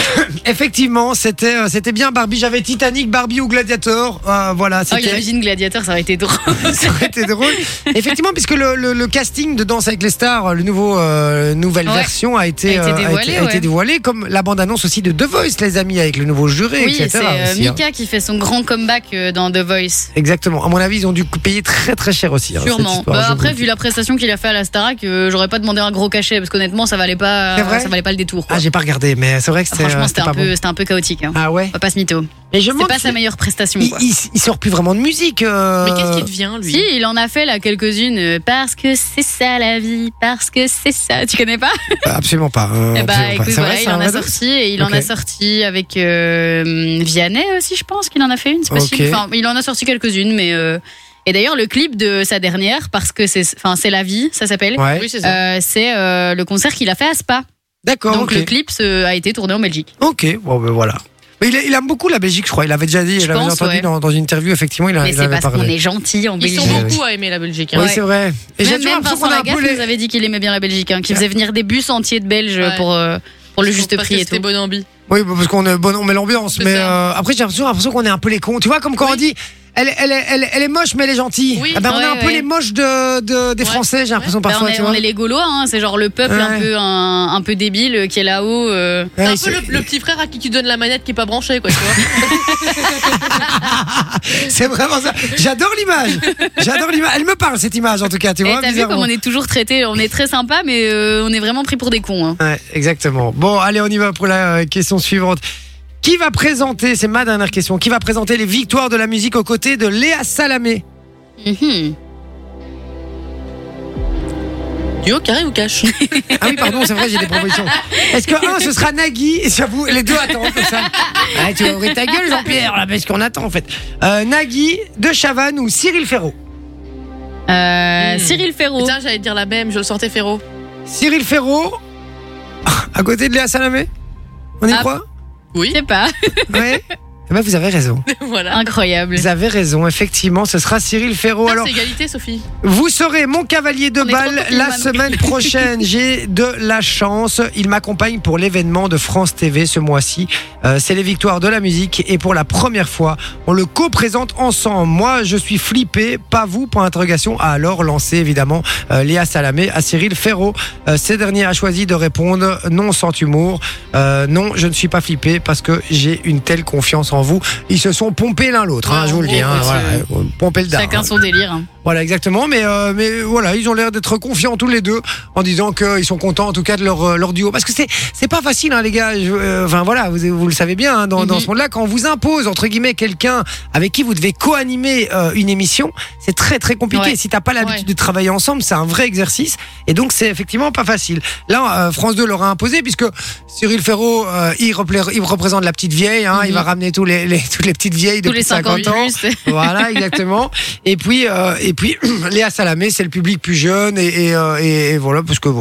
[SPEAKER 1] Effectivement, c'était euh, c'était bien Barbie. J'avais Titanic, Barbie ou Gladiator. Euh, voilà,
[SPEAKER 4] Oh,
[SPEAKER 1] c'était.
[SPEAKER 4] j'imagine Gladiator, ça aurait été drôle.
[SPEAKER 1] ça aurait été drôle. Effectivement, puisque le, le- le casting de Danse avec les stars, le nouveau euh, nouvelle
[SPEAKER 4] Ouais.
[SPEAKER 1] version a été,
[SPEAKER 4] A été
[SPEAKER 1] euh,
[SPEAKER 4] dévoilé,
[SPEAKER 1] a été
[SPEAKER 4] ouais.
[SPEAKER 1] dévoilée, comme la bande annonce aussi de The Voice, les amis, avec le nouveau juré,
[SPEAKER 4] Oui, c'est
[SPEAKER 1] etc.
[SPEAKER 4] euh,
[SPEAKER 1] aussi, hein.
[SPEAKER 4] Mika qui fait son grand comeback euh, dans The Voice.
[SPEAKER 1] Exactement. À mon avis, ils ont dû payer très très cher aussi. hein, cette
[SPEAKER 4] Sûrement.
[SPEAKER 1] histoire,
[SPEAKER 4] Bah,
[SPEAKER 1] je
[SPEAKER 4] après,
[SPEAKER 1] vous le
[SPEAKER 4] vu
[SPEAKER 1] dis.
[SPEAKER 4] la prestation qu'il a fait à la Starac, euh, j'aurais pas demandé un gros cachet parce qu'honnêtement, ça valait pas,
[SPEAKER 1] C'est vrai
[SPEAKER 4] ça valait pas le détour. quoi.
[SPEAKER 1] Ah, j'ai pas regardé, mais c'est vrai que c'était.
[SPEAKER 4] Franchement,
[SPEAKER 1] euh,
[SPEAKER 4] c'était
[SPEAKER 1] pas
[SPEAKER 4] un peu,
[SPEAKER 1] bon.
[SPEAKER 4] c'était un peu chaotique. Hein.
[SPEAKER 1] Ah ouais.
[SPEAKER 4] On va pas se mytho.
[SPEAKER 1] Mais je me
[SPEAKER 4] C'est
[SPEAKER 1] demande
[SPEAKER 4] pas sa
[SPEAKER 1] si-
[SPEAKER 4] meilleure prestation.
[SPEAKER 1] il,
[SPEAKER 4] quoi.
[SPEAKER 1] il- il sort plus vraiment de musique. euh,
[SPEAKER 5] Mais qu'est-ce qui devient lui
[SPEAKER 4] Si, il en a fait là quelques-unes. euh, Parce que c'est ça la vie, parce que c'est ça. Tu connais pas
[SPEAKER 1] Absolument pas. euh,
[SPEAKER 4] Eh bah,
[SPEAKER 1] absolument pas.
[SPEAKER 4] écoute,
[SPEAKER 1] C'est
[SPEAKER 4] voilà,
[SPEAKER 1] vrai, c'est
[SPEAKER 4] il
[SPEAKER 1] un
[SPEAKER 4] en a
[SPEAKER 1] vrai
[SPEAKER 4] sorti et il en
[SPEAKER 1] Ok.
[SPEAKER 4] a sorti avec euh, Vianney aussi, je pense qu'il en a fait une. c'est pas
[SPEAKER 1] Ok.
[SPEAKER 4] si- Enfin, il en a sorti quelques-unes, mais euh, et d'ailleurs le clip de sa dernière, parce que c'est, enfin, c'est la vie, ça s'appelle.
[SPEAKER 1] Ouais.
[SPEAKER 5] Oui, c'est ça.
[SPEAKER 4] euh, c'est euh, le concert qu'il a fait à Spa.
[SPEAKER 1] D'accord.
[SPEAKER 4] Donc
[SPEAKER 1] Oh, ok.
[SPEAKER 4] le clip se- a été tourné en Belgique.
[SPEAKER 1] Ok, bon ben voilà. Mais il, il aime beaucoup la Belgique, je crois. Il avait déjà dit,
[SPEAKER 4] Je
[SPEAKER 1] je l'avais
[SPEAKER 4] pense,
[SPEAKER 1] entendu
[SPEAKER 4] ouais.
[SPEAKER 1] dans, dans une interview, effectivement, il, a-
[SPEAKER 4] Mais
[SPEAKER 1] Ah, il
[SPEAKER 4] c'est
[SPEAKER 1] avait
[SPEAKER 4] parce qu'on
[SPEAKER 1] parlé.
[SPEAKER 4] est gentil en
[SPEAKER 5] Ils
[SPEAKER 4] Belgique.
[SPEAKER 5] sont
[SPEAKER 1] Oui,
[SPEAKER 5] beaucoup à aimer la Belgique. hein.
[SPEAKER 1] Oui,
[SPEAKER 4] Ouais.
[SPEAKER 1] c'est vrai. Et j'ai toujours
[SPEAKER 4] Même, même
[SPEAKER 1] l'impression
[SPEAKER 4] Vincent
[SPEAKER 1] qu'on a un
[SPEAKER 4] Lagaffe
[SPEAKER 1] peu les-
[SPEAKER 4] nous avait dit qu'il aimait bien la Belgique, hein, qu'il faisait venir des bus entiers de Belges
[SPEAKER 5] Ouais.
[SPEAKER 4] pour, euh, pour le juste
[SPEAKER 5] Parce
[SPEAKER 4] prix
[SPEAKER 5] que
[SPEAKER 4] et
[SPEAKER 5] C'était
[SPEAKER 4] tout.
[SPEAKER 5] bon ambi.
[SPEAKER 1] Oui, bah, parce qu'on est bon, on met l'ambiance.
[SPEAKER 5] C'est
[SPEAKER 1] Mais
[SPEAKER 5] ça.
[SPEAKER 1] euh, après, j'ai l'impression, l'impression qu'on est un peu les cons. Tu vois, comme quand on dit, elle, elle, elle, elle, elle est moche, mais elle est gentille.
[SPEAKER 5] Oui,
[SPEAKER 1] Ah ben, on est
[SPEAKER 4] ouais,
[SPEAKER 1] un peu
[SPEAKER 4] ouais.
[SPEAKER 1] les moches de, de- des
[SPEAKER 5] Ouais.
[SPEAKER 1] Français, j'ai l'impression
[SPEAKER 4] Bah,
[SPEAKER 1] parfois.
[SPEAKER 4] on, est,
[SPEAKER 1] tu
[SPEAKER 4] on
[SPEAKER 1] vois.
[SPEAKER 4] est les Gaulois, hein, c'est genre le peuple un
[SPEAKER 1] Ouais.
[SPEAKER 4] peu un, un peu débile euh, qui est là-haut. euh.
[SPEAKER 5] C'est
[SPEAKER 1] Ouais,
[SPEAKER 5] un
[SPEAKER 1] Ben c'est-
[SPEAKER 5] peu le, le petit frère à qui tu donnes la manette qui est pas branchée quoi. Tu vois
[SPEAKER 1] c'est vraiment ça. J'adore l'image. J'adore l'image. Elle me parle, cette image, en tout cas. Tu
[SPEAKER 4] Eh,
[SPEAKER 1] vois,
[SPEAKER 4] T'as vu
[SPEAKER 1] bizarrement.
[SPEAKER 4] comme on est toujours traité, on est très sympa, mais euh, on est vraiment pris pour des cons. hein.
[SPEAKER 1] Ouais, exactement. Bon, allez, on y va pour la euh, question suivante. Qui va présenter, c'est ma dernière question, qui va présenter les victoires de la musique aux côtés de Léa Salamé
[SPEAKER 4] Mhm.
[SPEAKER 5] Duo oh, carré ou cash
[SPEAKER 1] Ah oui, pardon, c'est vrai, j'ai des propositions. Est-ce que un, ce sera Nagui Et j'avoue, les deux attendent comme ça. Ouais, tu vas ouvrir ta gueule, Jean-Pierre, là, parce qu'on attend en fait. Euh, Nagui, De Chavannes ou Cyril Ferraud
[SPEAKER 4] Euh,
[SPEAKER 1] Hmm.
[SPEAKER 5] Mhm.
[SPEAKER 4] Cyril Ferraud.
[SPEAKER 5] Putain j'allais dire la même, je le sentais féro.
[SPEAKER 1] Cyril Ferraud, à côté de Léa Salamé On y
[SPEAKER 4] Ah.
[SPEAKER 1] croit
[SPEAKER 4] Je sais pas, Ah.
[SPEAKER 1] Ouais Eh ben, vous avez raison.
[SPEAKER 5] voilà.
[SPEAKER 4] incroyable.
[SPEAKER 1] Vous avez raison, effectivement, ce sera Cyril Ferraud.
[SPEAKER 5] Putain,
[SPEAKER 1] Alors,
[SPEAKER 5] Ah, C'est égalité Sophie.
[SPEAKER 1] Vous serez mon cavalier de
[SPEAKER 4] On est trop
[SPEAKER 1] balle
[SPEAKER 4] contents,
[SPEAKER 1] la
[SPEAKER 4] Manon.
[SPEAKER 1] semaine prochaine. J'ai de la chance. Il m'accompagne pour l'événement de France TV ce mois-ci. Euh, c'est les victoires de la musique et pour la première fois, on le co-présente ensemble. Moi, je suis flippé, pas vous, point interrogation. À alors lancer évidemment euh, Léa Salamé à Cyril Ferraud. Euh, ces derniers a choisi de répondre non sans humour. Euh, non, je ne suis pas flippé parce que j'ai une telle confiance en vous. Ils se sont pompés l'un l'autre, hein,
[SPEAKER 5] Ouais,
[SPEAKER 4] Ah
[SPEAKER 1] je vous le
[SPEAKER 5] en
[SPEAKER 1] dis.
[SPEAKER 5] gros,
[SPEAKER 1] Hein,
[SPEAKER 5] ouais,
[SPEAKER 1] voilà, pompé le dard.
[SPEAKER 4] bah, Chacun
[SPEAKER 1] hein.
[SPEAKER 4] son délire. hein.
[SPEAKER 1] Voilà, exactement. Mais, euh, mais voilà, ils ont l'air d'être confiants tous les deux en disant qu'ils sont contents en tout cas de leur, euh, leur duo. Parce que c'est c'est pas facile, hein, les gars. Je- euh, Enfin voilà, vous, vous le savez bien, hein, dans, dans ce monde-là, quand on vous impose, entre guillemets, quelqu'un avec qui vous devez co-animer euh, une émission, c'est très très compliqué.
[SPEAKER 5] Ouais.
[SPEAKER 1] Si t'as pas l'habitude
[SPEAKER 5] Ouais.
[SPEAKER 1] de travailler ensemble, c'est un vrai exercice. Et donc, c'est effectivement pas facile. Là, euh, France 2 leur a imposé, puisque Cyril Ferraud, euh, il, replé- il représente la petite vieille. hein, Il
[SPEAKER 5] Mhm.
[SPEAKER 1] va ramener tous les, les- toutes les petites vieilles
[SPEAKER 4] Tous
[SPEAKER 1] depuis
[SPEAKER 4] les 50
[SPEAKER 1] ans.
[SPEAKER 4] plus.
[SPEAKER 1] Voilà, exactement. Et puis, euh, et puis Léa Salamé, c'est le public plus jeune. Et, et, euh, et- et voilà, parce que. euh,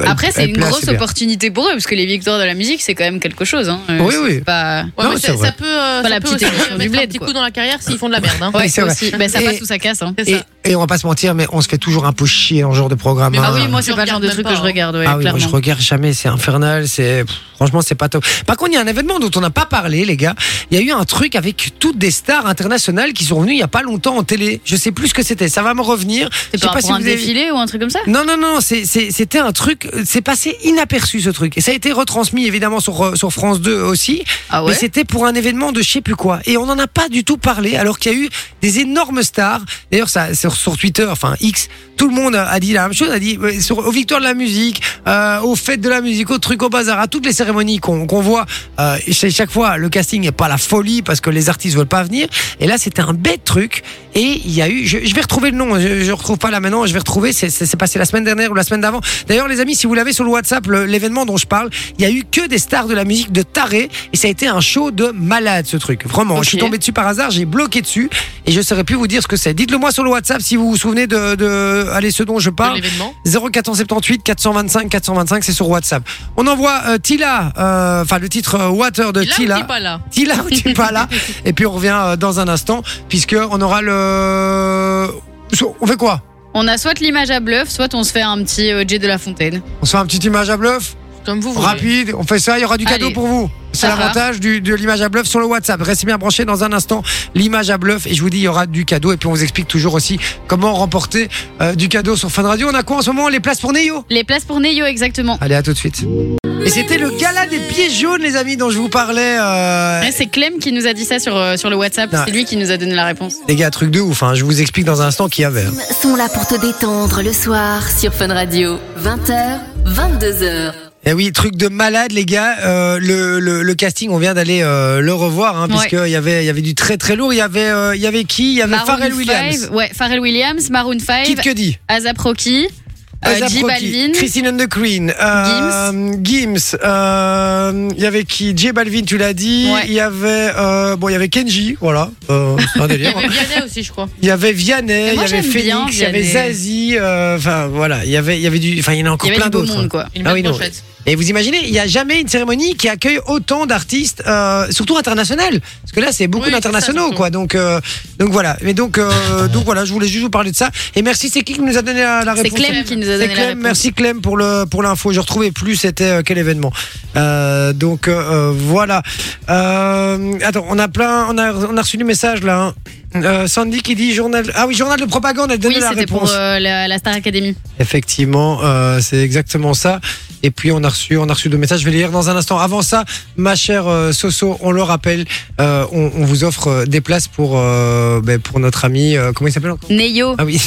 [SPEAKER 1] elle-
[SPEAKER 4] Après, c'est
[SPEAKER 1] elle
[SPEAKER 4] une
[SPEAKER 1] plaît
[SPEAKER 4] grosse
[SPEAKER 1] assez bien.
[SPEAKER 4] opportunité pour eux, parce que les victoires de la musique, c'est quand même quelque chose. Hein. Euh,
[SPEAKER 1] Oui,
[SPEAKER 4] c'est
[SPEAKER 1] oui.
[SPEAKER 4] Pas...
[SPEAKER 5] Ouais,
[SPEAKER 1] Non,
[SPEAKER 5] mais
[SPEAKER 1] c'est
[SPEAKER 5] ça-
[SPEAKER 1] vrai.
[SPEAKER 5] ça peut, euh,
[SPEAKER 4] Pas la
[SPEAKER 5] ça peut
[SPEAKER 4] petite
[SPEAKER 5] aussi
[SPEAKER 4] émission du
[SPEAKER 5] mettre un
[SPEAKER 4] bled,
[SPEAKER 5] petit
[SPEAKER 4] quoi.
[SPEAKER 5] coup dans la carrière s'ils font de la merde. hein.
[SPEAKER 1] Ouais, c'est vrai.
[SPEAKER 4] aussi. Ben, ça
[SPEAKER 1] Et-
[SPEAKER 4] passe ou ça casse. Hein.
[SPEAKER 5] C'est
[SPEAKER 1] Et,
[SPEAKER 5] ça.
[SPEAKER 1] et on va pas se mentir, mais on se fait toujours un peu chier dans ce genre de programme.
[SPEAKER 5] Mais
[SPEAKER 1] hein.
[SPEAKER 4] Ah oui, moi,
[SPEAKER 5] Tu
[SPEAKER 4] c'est pas le genre de
[SPEAKER 5] regardes
[SPEAKER 4] truc
[SPEAKER 5] même
[SPEAKER 4] que je
[SPEAKER 5] pas, hein.
[SPEAKER 4] regarde, ouais,
[SPEAKER 1] Ah oui, moi,
[SPEAKER 4] clairement.
[SPEAKER 1] je regarde jamais, c'est infernal, c'est pff, franchement c'est pas top. Par contre, il y a un événement dont on n'a pas parlé, les gars. Il y a eu un truc avec toutes des stars internationales qui sont venues il y a pas longtemps en télé. Je sais plus ce que c'était, ça va me revenir. Je
[SPEAKER 4] C'est
[SPEAKER 1] sais
[SPEAKER 4] pas
[SPEAKER 1] pas
[SPEAKER 4] pour
[SPEAKER 1] si vous
[SPEAKER 4] un
[SPEAKER 1] avez
[SPEAKER 4] défilé ou un truc comme ça
[SPEAKER 1] Non, non, non, c'est- c'est- c'était un truc, euh, c'est passé inaperçu ce truc. Et ça a été retransmis évidemment sur, euh, sur France 2 aussi,
[SPEAKER 4] Ah ouais
[SPEAKER 1] mais c'était pour un événement de je sais plus quoi. Et on n'en a pas du tout parlé alors qu'il y a eu des énormes stars. D'ailleurs, ça sur, sur Twitter, enfin X, tout le monde a dit la même chose, a dit ouais, sur, aux victoires de la musique, euh, aux fêtes de la musique, aux trucs au bazar, à toutes les cérémonies qu'on qu'on voit. Euh, et chez- chaque fois, le casting n'est pas la folie parce que les artistes veulent pas venir. Et là, c'était un bête truc. Et il y a eu, je, je vais retrouver le nom, je, je retrouve pas là maintenant, je vais retrouver, c'est- c'est c'est passé la semaine dernière ou la semaine d'avant. D'ailleurs, les amis, si vous l'avez sur le WhatsApp, le- l'événement dont je parle, il y a eu que des stars de la musique de taré et ça a été un show de malade ce truc. Vraiment,
[SPEAKER 5] Ok.
[SPEAKER 1] je suis tombé dessus par hasard, j'ai bloqué dessus et je saurais plus vous dire ce que c'est. Dites-le moi sur le WhatsApp si vous vous souvenez de, de allez, ce dont je
[SPEAKER 5] De
[SPEAKER 1] parle.
[SPEAKER 5] l'événement.
[SPEAKER 1] 0478 425 425, c'est sur WhatsApp. On envoie euh, Tila, euh, enfin le titre euh, Water de
[SPEAKER 5] Et Là, on dit
[SPEAKER 1] Tila.
[SPEAKER 5] pas là.
[SPEAKER 1] Tila ou tu es pas là Et puis on revient euh, dans un instant, puisque on aura le. On fait quoi
[SPEAKER 4] On a soit l'image à bluff, soit on se fait un petit euh, J de la Fontaine.
[SPEAKER 1] On se fait un petit image à bluff
[SPEAKER 5] Comme vous voulez.
[SPEAKER 1] Rapide, on fait ça, il y aura du cadeau
[SPEAKER 4] Allez.
[SPEAKER 1] pour vous. C'est
[SPEAKER 4] Ça va.
[SPEAKER 1] l'avantage du- de l'image à bluff sur le WhatsApp. Restez bien branchés dans un instant, l'image à bluff, et je vous dis, il y aura du cadeau, et puis on vous explique toujours aussi comment remporter euh, du cadeau sur Fun Radio. On a quoi en ce moment Les places pour Neo
[SPEAKER 4] Les places pour Neyo, exactement.
[SPEAKER 1] Allez, à tout de suite. Et c'était le gala des pieds jaunes, les amis, dont je vous parlais. euh,
[SPEAKER 4] Ouais, c'est Clem qui nous a dit ça sur, euh, sur le WhatsApp.
[SPEAKER 1] Non.
[SPEAKER 4] C'est lui qui nous a donné la réponse.
[SPEAKER 1] Les gars, truc de ouf. hein, Je vous explique dans un instant qui y avait. hein.
[SPEAKER 10] sont là pour te détendre le soir sur Fun Radio. 20h, 22h.
[SPEAKER 1] Eh oui, truc de malade, les gars. Euh, le, le, le casting, on vient d'aller euh, le revoir, hein,
[SPEAKER 4] Ouais.
[SPEAKER 1] puisque il y avait il y avait du très très lourd. Il y avait euh, il y avait qui Il y avait Pharrell Williams,
[SPEAKER 4] Five, ouais, Pharrell Williams, Maroon 5,
[SPEAKER 1] Kid Cudi,
[SPEAKER 4] Azap Rocky, euh,
[SPEAKER 1] Asap Rocky,
[SPEAKER 4] J Balvin.
[SPEAKER 1] Christine and the Queen, euh, Gims. euh, Il y avait qui J Balvin, tu l'as dit.
[SPEAKER 4] Ouais.
[SPEAKER 1] Il y avait euh, bon, il y avait Kenji, voilà. Euh, c'est un
[SPEAKER 5] Il y
[SPEAKER 1] délire.
[SPEAKER 5] avait Vianney aussi, je crois.
[SPEAKER 1] Il y avait Vianney,
[SPEAKER 4] Mais
[SPEAKER 1] il y
[SPEAKER 4] moi,
[SPEAKER 1] avait
[SPEAKER 4] j'aime bien
[SPEAKER 1] Félix, il y avait
[SPEAKER 4] Vianney.
[SPEAKER 1] Zazie, euh, enfin voilà, il y avait, il y avait du, enfin il y en a
[SPEAKER 4] Il
[SPEAKER 1] encore
[SPEAKER 4] y avait
[SPEAKER 1] plein
[SPEAKER 4] du beau
[SPEAKER 1] d'autres.
[SPEAKER 4] monde, quoi.
[SPEAKER 5] Une
[SPEAKER 1] Ah
[SPEAKER 5] belle
[SPEAKER 1] oui, non.
[SPEAKER 5] brochette.
[SPEAKER 1] Et vous imaginez, il n'y a jamais une cérémonie qui accueille autant d'artistes, euh, surtout internationales, parce que là c'est beaucoup
[SPEAKER 5] Oui, c'est ça,
[SPEAKER 1] d'internationaux,
[SPEAKER 5] surtout.
[SPEAKER 1] quoi. Donc, euh, donc voilà. Mais donc, euh, donc voilà, je voulais juste vous parler de ça. Et merci, c'est qui qui nous a donné la, la
[SPEAKER 4] C'est
[SPEAKER 1] réponse
[SPEAKER 4] Clem qui nous a
[SPEAKER 1] C'est
[SPEAKER 4] donné la
[SPEAKER 1] Clem,
[SPEAKER 4] réponse.
[SPEAKER 1] merci Clem pour le pour l'info. Je retrouvais plus, c'était euh, quel événement. Euh, donc euh, voilà. Euh, attends, on a plein, on a on a reçu du message là. hein. Euh, Sandy qui dit journal, ah oui journal de propagande, elle donnait
[SPEAKER 4] Oui,
[SPEAKER 1] la
[SPEAKER 4] c'était
[SPEAKER 1] réponse.
[SPEAKER 4] pour euh, la, la Star Academy.
[SPEAKER 1] Effectivement, euh, c'est exactement ça. Et puis on a reçu, on a reçu deux messages. Je vais les lire dans un instant. Avant ça, ma chère euh, Soso, on le rappelle, euh, on, on vous offre euh, des places pour euh, ben, pour notre ami. euh, comment il s'appelle encore
[SPEAKER 4] Neyo.
[SPEAKER 1] Ah oui.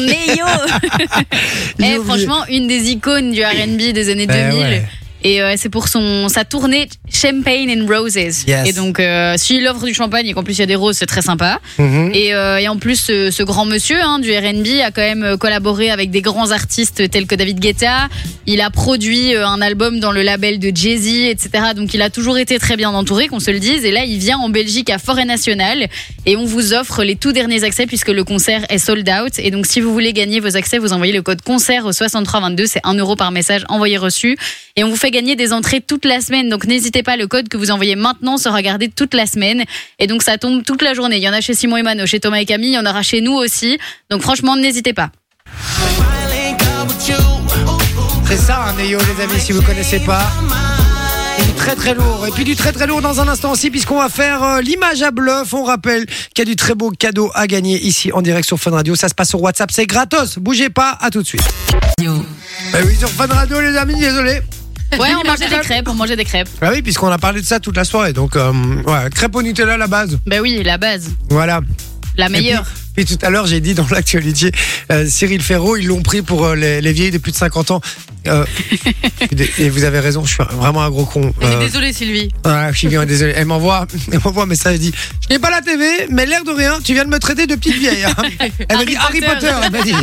[SPEAKER 4] Neyo.
[SPEAKER 1] J'ai
[SPEAKER 4] Eh,
[SPEAKER 1] oublié.
[SPEAKER 4] franchement, une des icônes du RB des années
[SPEAKER 1] Ben
[SPEAKER 4] 2000.
[SPEAKER 1] ouais.
[SPEAKER 4] Et euh, c'est pour son, sa tournée Champagne and Roses. Et donc, euh, s'il offre du champagne et qu'en plus il y a des roses, c'est très sympa.
[SPEAKER 1] Mhm.
[SPEAKER 4] Et, euh, et en plus, ce, ce grand monsieur hein, du RB a quand même euh, collaboré avec des grands artistes tels que David Guetta. Il a produit euh, un album dans le label de Jay-Z, etc. Donc il a toujours été très bien entouré, qu'on se le dise. Et là, il vient en Belgique à Forêt Nationale. Et on vous offre les tout derniers accès puisque le concert est sold out. Et donc, si vous voulez gagner vos accès, vous envoyez le code concert au 6322. C'est 1 euro par message envoyé reçu. Et on vous fait gagner des entrées toute la semaine. Donc, n'hésitez pas, le code que vous envoyez maintenant sera gardé toute la semaine. Et donc, ça tombe toute la journée. Il y en a chez Simon et Mano, chez Thomas et Camille, il y en aura chez nous aussi. Donc, franchement, n'hésitez pas.
[SPEAKER 1] C'est ça, un Neo, les amis, si vous connaissez pas. Et du très très lourd. Et puis du très très lourd dans un instant aussi, puisqu'on va faire euh, l'image à bluff. On rappelle qu'il y a du très beau cadeau à gagner ici en direct sur Fun Radio. Ça se passe sur WhatsApp, c'est gratos. Bougez pas, à tout de suite. Bah oui, sur Fun Radio, les amis, désolé.
[SPEAKER 4] Ouais, on mangeait des crêpes, on mangeait des crêpes.
[SPEAKER 1] Bah oui, puisqu'on a parlé de ça toute la soirée. Donc, euh, ouais, crêpe au Nutella, la base.
[SPEAKER 4] Ben oui, la base,
[SPEAKER 1] Voilà.
[SPEAKER 4] la
[SPEAKER 1] Et puis,
[SPEAKER 4] meilleure.
[SPEAKER 1] Puis tout à l'heure, j'ai dit dans l'actualité, euh, Cyril Ferraud, ils l'ont pris pour euh, les, les vieilles de plus de 50 ans. Euh, je suis dé- et vous avez raison, je suis vraiment un gros con.
[SPEAKER 5] On est
[SPEAKER 1] Euh,
[SPEAKER 5] désolé, Sylvie.
[SPEAKER 1] voilà, Ah, je suis bien désolé. Elle m'envoie, elle m'envoie un message, elle dit Je n'ai pas la TV, mais l'air de rien, tu viens de me traiter de petite vieille. hein. Elle m'a dit Harry
[SPEAKER 5] Harry
[SPEAKER 1] Potter,
[SPEAKER 5] Potter.
[SPEAKER 1] elle m'a dit.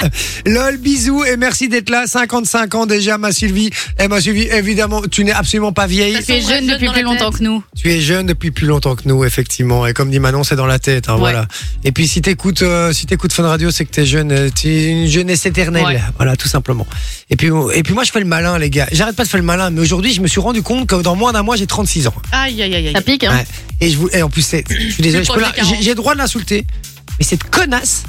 [SPEAKER 1] Lol, bisous et merci d'être là. 55 ans déjà, ma Sylvie. Elle m'a suivi, évidemment, tu n'es absolument pas vieille.
[SPEAKER 4] Tu es jeune
[SPEAKER 5] jeune
[SPEAKER 4] depuis
[SPEAKER 5] dans
[SPEAKER 4] plus
[SPEAKER 5] la
[SPEAKER 4] longtemps que nous.
[SPEAKER 1] Tu es jeune depuis plus longtemps que nous, effectivement. Et comme dit Manon, c'est dans la tête. hein,
[SPEAKER 5] Ouais.
[SPEAKER 1] voilà. Et puis si t'écoutes euh, si t'écoutes Fun Radio, c'est que t'es jeune. euh, T'es une jeunesse éternelle.
[SPEAKER 5] Ouais.
[SPEAKER 1] Voilà, tout simplement. Et puis, et puis moi, je fais le malin, les gars. J'arrête pas de faire le malin. Mais aujourd'hui, je me suis rendu compte que dans moins d'un mois, j'ai 36 ans.
[SPEAKER 5] Aïe, aïe, aïe, aïe.
[SPEAKER 4] Ça pique, hein
[SPEAKER 1] Ouais. Et, je vous, et en plus, c'est- je suis désolé,
[SPEAKER 5] Plus
[SPEAKER 1] je peux
[SPEAKER 5] proche
[SPEAKER 1] la-
[SPEAKER 5] des
[SPEAKER 1] j'ai
[SPEAKER 5] 40.
[SPEAKER 1] j'ai le droit de l'insulter. Mais cette connasse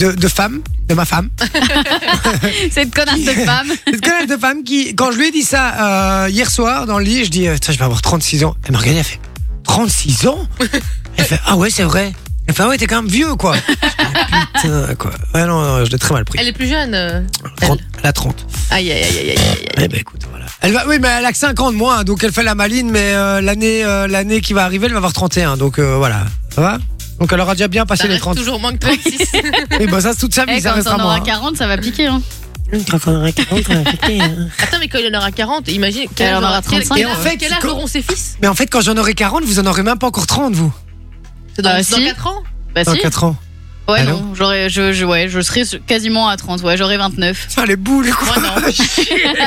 [SPEAKER 1] de, de femme, de ma femme,
[SPEAKER 4] Cette connasse de femme.
[SPEAKER 1] cette connasse de femme qui, quand je lui ai dit ça euh, hier soir dans le lit, je dis, euh, Tiens, je vais avoir 36 ans. Elle m'a regardé, elle fait, 36 ans Elle fait, ah ouais, c'est vrai. Elle fait, ah ouais, t'es quand même vieux, quoi. Je dis, Ah, Putain, quoi. Ouais, non, non, je l'ai très mal pris.
[SPEAKER 5] Elle est plus jeune. euh.
[SPEAKER 1] Trente- elle a 30.
[SPEAKER 5] Aïe, aïe, aïe, aïe, aïe, aïe.
[SPEAKER 1] Eh ben, écoute, voilà. Elle va, oui, mais elle a que 5 ans de moins, donc elle fait la maline, mais euh, l'année euh, l'année qui va arriver, elle va avoir 31. Donc euh, voilà, ça va Donc elle aura déjà bien passé
[SPEAKER 5] Ça
[SPEAKER 1] les
[SPEAKER 5] reste
[SPEAKER 1] 30.
[SPEAKER 5] toujours moins que 36.
[SPEAKER 1] Et bah ça, c'est toute sa vie,
[SPEAKER 4] Eh,
[SPEAKER 1] ça
[SPEAKER 4] quand
[SPEAKER 1] restera
[SPEAKER 4] on
[SPEAKER 1] moi.
[SPEAKER 4] aura 40, ça va piquer. Hein.
[SPEAKER 5] Attends, mais quand il en aura 40, imagine. Quel
[SPEAKER 4] Elle en
[SPEAKER 5] âge
[SPEAKER 4] aura
[SPEAKER 5] aura- quel-
[SPEAKER 4] 35.
[SPEAKER 5] quel
[SPEAKER 1] Et en
[SPEAKER 5] âge-
[SPEAKER 1] fait,
[SPEAKER 5] quel âge
[SPEAKER 1] quand-
[SPEAKER 5] auront ses fils
[SPEAKER 1] Mais en fait, quand j'en aurai 40, vous en aurez même pas encore 30, vous.
[SPEAKER 5] C'est dans,
[SPEAKER 4] Ah,
[SPEAKER 5] Euh, dans
[SPEAKER 4] si.
[SPEAKER 5] 4 ans
[SPEAKER 4] Bah
[SPEAKER 1] Dans
[SPEAKER 4] si.
[SPEAKER 1] 4 ans.
[SPEAKER 4] Ouais,
[SPEAKER 1] Ah
[SPEAKER 4] non. J'aurais, je, je, ouais, je serais sur- quasiment à 30. Ouais, j'aurais 29.
[SPEAKER 1] Putain, les boules, quoi.
[SPEAKER 5] Moi, non.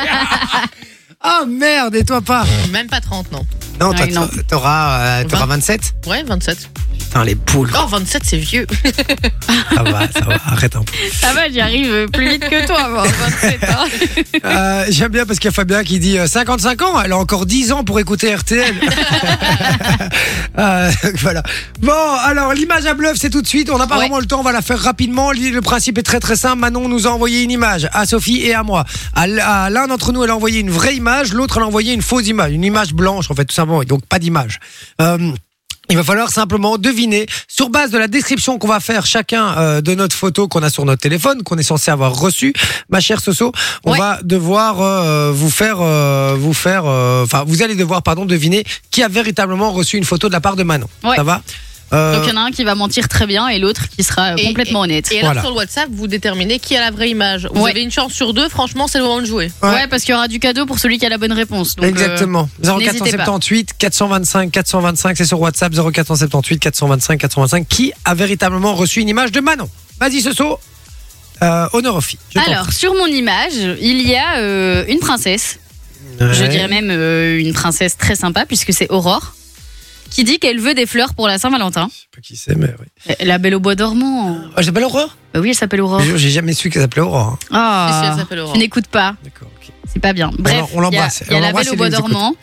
[SPEAKER 1] Ah merde, et toi pas
[SPEAKER 5] Même pas 30, non.
[SPEAKER 1] Non,
[SPEAKER 4] Ouais,
[SPEAKER 1] toi,
[SPEAKER 4] Ah, non.
[SPEAKER 1] t'auras euh, t'auras
[SPEAKER 5] Vingt.
[SPEAKER 1] 27
[SPEAKER 5] Ouais, 27.
[SPEAKER 1] Putain, les boules.
[SPEAKER 5] Oh, 27, c'est vieux.
[SPEAKER 1] Ça va, ça va, arrête un peu.
[SPEAKER 4] Ça va, j'y arrive plus vite que toi. moi, 27, hein.
[SPEAKER 1] Euh, J'aime bien parce qu'il y a Fabien qui dit euh, 55 ans, elle a encore 10 ans pour écouter RTL. Euh, voilà. Bon, alors l'image à bluff, c'est tout de suite. On n'a pas
[SPEAKER 4] Ouais.
[SPEAKER 1] vraiment le temps, on va la faire rapidement. Li- Le principe est très très simple. Manon nous a envoyé une image à Sophie et à moi. À l- à l'un d'entre nous, elle a envoyé une vraie image, l'autre elle a envoyé une fausse image, une image blanche en fait, tout simplement. Et donc pas d'image. Euh, il va falloir simplement deviner, sur base de la description qu'on va faire chacun euh, de notre photo qu'on a sur notre téléphone, qu'on est censé avoir reçue, ma chère Soso, on
[SPEAKER 5] Ouais.
[SPEAKER 1] va devoir euh, vous faire, euh, vous faire, euh, enfin, vous allez devoir, pardon, deviner qui a véritablement reçu une photo de la part de Manon.
[SPEAKER 4] Ouais.
[SPEAKER 1] Ça va Euh,
[SPEAKER 4] Donc il y en a un qui va mentir très bien et l'autre qui sera euh,
[SPEAKER 5] Et-
[SPEAKER 4] complètement honnête.
[SPEAKER 5] Et alors,
[SPEAKER 1] Voilà.
[SPEAKER 5] sur le WhatsApp, vous déterminez qui a la vraie image. Vous
[SPEAKER 4] Ouais.
[SPEAKER 5] avez une chance sur deux, franchement, c'est le moment de jouer.
[SPEAKER 1] ouais.
[SPEAKER 4] ouais. parce qu'il y aura du cadeau pour celui qui a la bonne réponse. Donc, euh,
[SPEAKER 1] Exactement.
[SPEAKER 4] n'hésitez pas.
[SPEAKER 1] 0478 425 425, c'est sur WhatsApp 0478 425 425. Qui a véritablement reçu une image de Manon Vas-y, Soso. Euh, honneur aux filles. Je t'en
[SPEAKER 4] Alors, sur mon image, il y a euh, une princesse,
[SPEAKER 1] prie.
[SPEAKER 4] je
[SPEAKER 1] Ouais.
[SPEAKER 4] dirais même euh, une princesse très sympa, puisque c'est Aurore, qui dit qu'elle veut des fleurs pour la Saint-Valentin.
[SPEAKER 1] Je sais pas qui c'est, mais oui.
[SPEAKER 4] Euh, La belle au bois dormant.
[SPEAKER 1] Oh, je l'appelle Aurore
[SPEAKER 4] Bah oui, elle s'appelle Aurore.
[SPEAKER 1] Je jure, J'ai jamais su qu'elle s'appelait Aurore. hein.
[SPEAKER 5] Si, si,
[SPEAKER 4] Ah,
[SPEAKER 5] elle s'appelle Aurore.
[SPEAKER 4] tu n'écoutes pas,
[SPEAKER 1] D'accord, ok.
[SPEAKER 4] c'est pas bien. Bref,
[SPEAKER 1] on l'embrasse.
[SPEAKER 4] il y a, il y
[SPEAKER 1] On
[SPEAKER 4] a la
[SPEAKER 1] l'embrasse,
[SPEAKER 4] belle au
[SPEAKER 1] elle
[SPEAKER 4] bois
[SPEAKER 1] nous écoute.
[SPEAKER 4] dormant,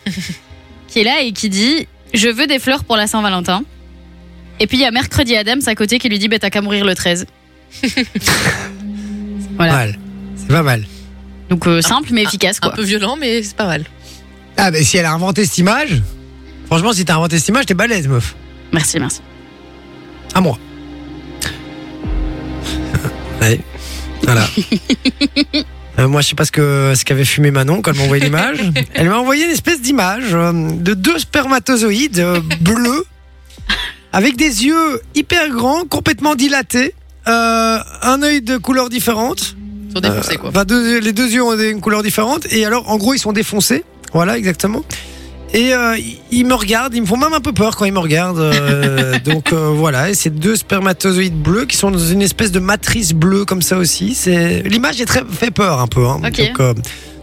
[SPEAKER 4] qui est là et qui dit Je veux des fleurs pour la Saint-Valentin. Et puis il y a Mercredi Adams à côté qui lui dit bah, T'as qu'à mourir le 13. voilà.
[SPEAKER 1] Mal. C'est pas mal.
[SPEAKER 4] Donc euh, simple mais efficace
[SPEAKER 5] Ah, Un
[SPEAKER 4] quoi.
[SPEAKER 5] peu violent, mais c'est pas mal.
[SPEAKER 1] Ah, mais si elle a inventé cette image, franchement, si t'as inventé cette image, t'es balèze, meuf.
[SPEAKER 4] Merci, merci.
[SPEAKER 1] À moi. ouais. Voilà. Euh, moi, je sais pas ce que ce qu'avait fumé Manon quand elle m'a envoyé l'image. Elle m'a envoyé une espèce d'image euh, de deux spermatozoïdes euh, bleus avec des yeux hyper grands, complètement dilatés, euh, un œil de couleur différente.
[SPEAKER 5] Ils sont défoncés, quoi.
[SPEAKER 1] Enfin, Bah, deux- les deux yeux ont des- une couleur différente. Et alors, en gros, ils sont défoncés. Voilà, exactement. Et euh, ils- ils me regardent, ils me font même un peu peur quand ils me regardent. euh, donc euh, voilà, et c'est deux spermatozoïdes bleus qui sont dans une espèce de matrice bleue comme ça aussi. C'est l'image est très fait peur un peu. hein.
[SPEAKER 4] Ok.
[SPEAKER 1] Donc, euh,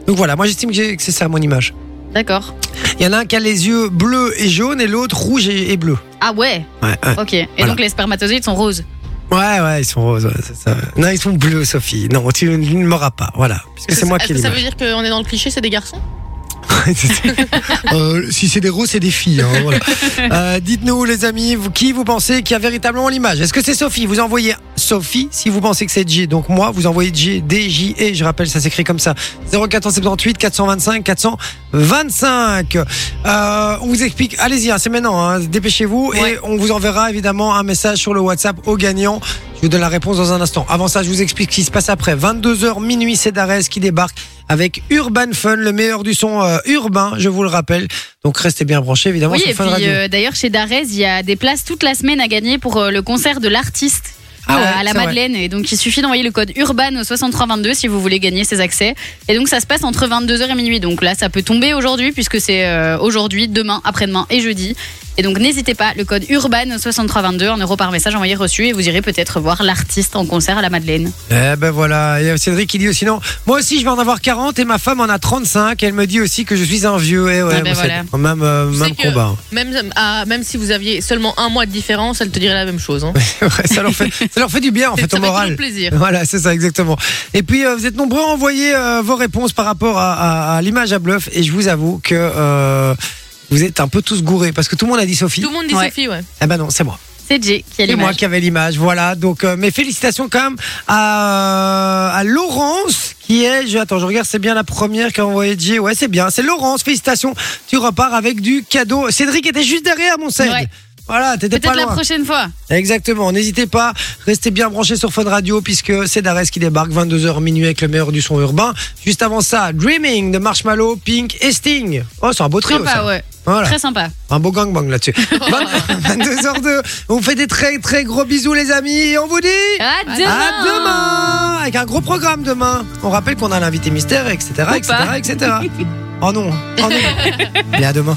[SPEAKER 1] donc voilà, moi j'estime que, j'ai- que c'est ça mon image.
[SPEAKER 4] D'accord.
[SPEAKER 1] Il y en a un qui a les yeux bleus et jaunes et l'autre rouge et, et bleu.
[SPEAKER 4] Ah ouais
[SPEAKER 1] Ouais, ouais.
[SPEAKER 4] Ok. Et
[SPEAKER 1] Voilà.
[SPEAKER 4] donc les spermatozoïdes sont roses.
[SPEAKER 1] ouais, ouais, ils sont roses. ouais, c'est ça. Non, ils sont bleus, Sophie. Non, tu ne m'auras pas. Voilà, puisque c'est moi
[SPEAKER 5] Est-ce
[SPEAKER 1] qui ai
[SPEAKER 5] que ça
[SPEAKER 1] l'image.
[SPEAKER 5] veut dire qu'on est dans le cliché, c'est des garçons
[SPEAKER 1] Euh, si c'est des roses, c'est des filles. hein, voilà. Euh, Dites-nous, les amis, vous, qui vous pensez qui a véritablement l'image Est-ce que c'est Sophie Vous envoyez Sophie si vous pensez que c'est J. Donc moi, vous envoyez J, D, J, E. Je rappelle, ça s'écrit comme ça. 0478 425 425. Euh, on vous explique. Allez-y, hein, c'est maintenant. hein, Dépêchez-vous et on vous enverra évidemment un message sur le WhatsApp au gagnant. Je vous donne la réponse dans un instant. Avant ça, je vous explique ce qui se passe après. 22h minuit, c'est Darès qui débarque avec Urban Fun, le meilleur du son euh, urbain, je vous le rappelle. Donc restez bien branchés, évidemment,
[SPEAKER 4] oui,
[SPEAKER 1] sur
[SPEAKER 4] et
[SPEAKER 1] Fun
[SPEAKER 4] puis
[SPEAKER 1] Radio.
[SPEAKER 4] euh, d'ailleurs chez Darès, il y a des places toute la semaine à gagner pour euh, le concert euh, de l'artiste
[SPEAKER 1] Ah ouais,
[SPEAKER 4] à la
[SPEAKER 1] c'est vrai.
[SPEAKER 4] Madeleine. Et donc, il suffit d'envoyer le code urban au 6322 si vous voulez gagner ces accès. Et donc, ça se passe entre 22h et minuit. Donc là, ça peut tomber aujourd'hui, puisque c'est euh, aujourd'hui, demain, après-demain et jeudi. Et donc, n'hésitez pas, le code urban au 6322, un euro par message envoyé reçu. Et vous irez peut-être voir l'artiste en concert à la Madeleine.
[SPEAKER 1] Eh ben voilà, il y a Cédric qui dit aussi non. Moi aussi, je vais en avoir 40 et ma femme en a 35. Elle me dit aussi que je suis un vieux. Eh ouais,
[SPEAKER 5] Ah ben
[SPEAKER 1] moi, c'est
[SPEAKER 5] voilà.
[SPEAKER 1] le même, euh,
[SPEAKER 5] Tu sais
[SPEAKER 1] même
[SPEAKER 5] que
[SPEAKER 1] combat.
[SPEAKER 5] Même, ah, même si vous aviez seulement un mois de différence, elle te dirait la même chose. Hein.
[SPEAKER 1] Ouais, ça, leur fait, ça leur fait du bien en fait
[SPEAKER 5] Ça
[SPEAKER 1] au
[SPEAKER 5] fait
[SPEAKER 1] moral.
[SPEAKER 5] toujours plaisir.
[SPEAKER 1] Voilà, c'est ça exactement. Et puis euh, vous êtes nombreux à envoyer euh, vos réponses par rapport à, à- à l'image à bluff et je vous avoue que euh, vous êtes un peu tous gourés parce que tout le monde a dit Sophie.
[SPEAKER 5] Tout le monde dit
[SPEAKER 4] Ouais.
[SPEAKER 5] Sophie, ouais.
[SPEAKER 1] Eh ben non, c'est moi.
[SPEAKER 4] C'est Jay qui
[SPEAKER 1] C'est
[SPEAKER 4] a
[SPEAKER 1] moi
[SPEAKER 4] l'image.
[SPEAKER 1] qui avais l'image, voilà. Donc, euh, mes félicitations quand même à, euh, à Laurence, qui est, je, attends, je regarde, c'est bien la première qui a envoyé Jay. Ouais, c'est bien, c'est Laurence, félicitations. Tu repars avec du cadeau. Cédric était juste derrière, mon Cédric.
[SPEAKER 4] Ouais.
[SPEAKER 1] Voilà, t'étais pas
[SPEAKER 4] Peut-être la
[SPEAKER 1] loin.
[SPEAKER 4] prochaine fois.
[SPEAKER 1] Exactement, n'hésitez pas, restez bien branchés sur Fun Radio puisque c'est Darès qui débarque 22h minuit avec le meilleur du son urbain. Juste avant ça, Dreaming de Marshmallow, Pink et Sting. Oh, c'est un beau trio
[SPEAKER 4] Sympa,
[SPEAKER 1] ça.
[SPEAKER 4] ouais.
[SPEAKER 1] Voilà.
[SPEAKER 4] Très sympa.
[SPEAKER 1] Un beau gangbang là-dessus. 22h02. On vous fait des très très gros bisous les amis et on vous dit
[SPEAKER 4] À demain.
[SPEAKER 1] à demain avec un gros programme demain. On rappelle qu'on a l'invité mystère etc etc etc. oh non, oh non. Mais à demain.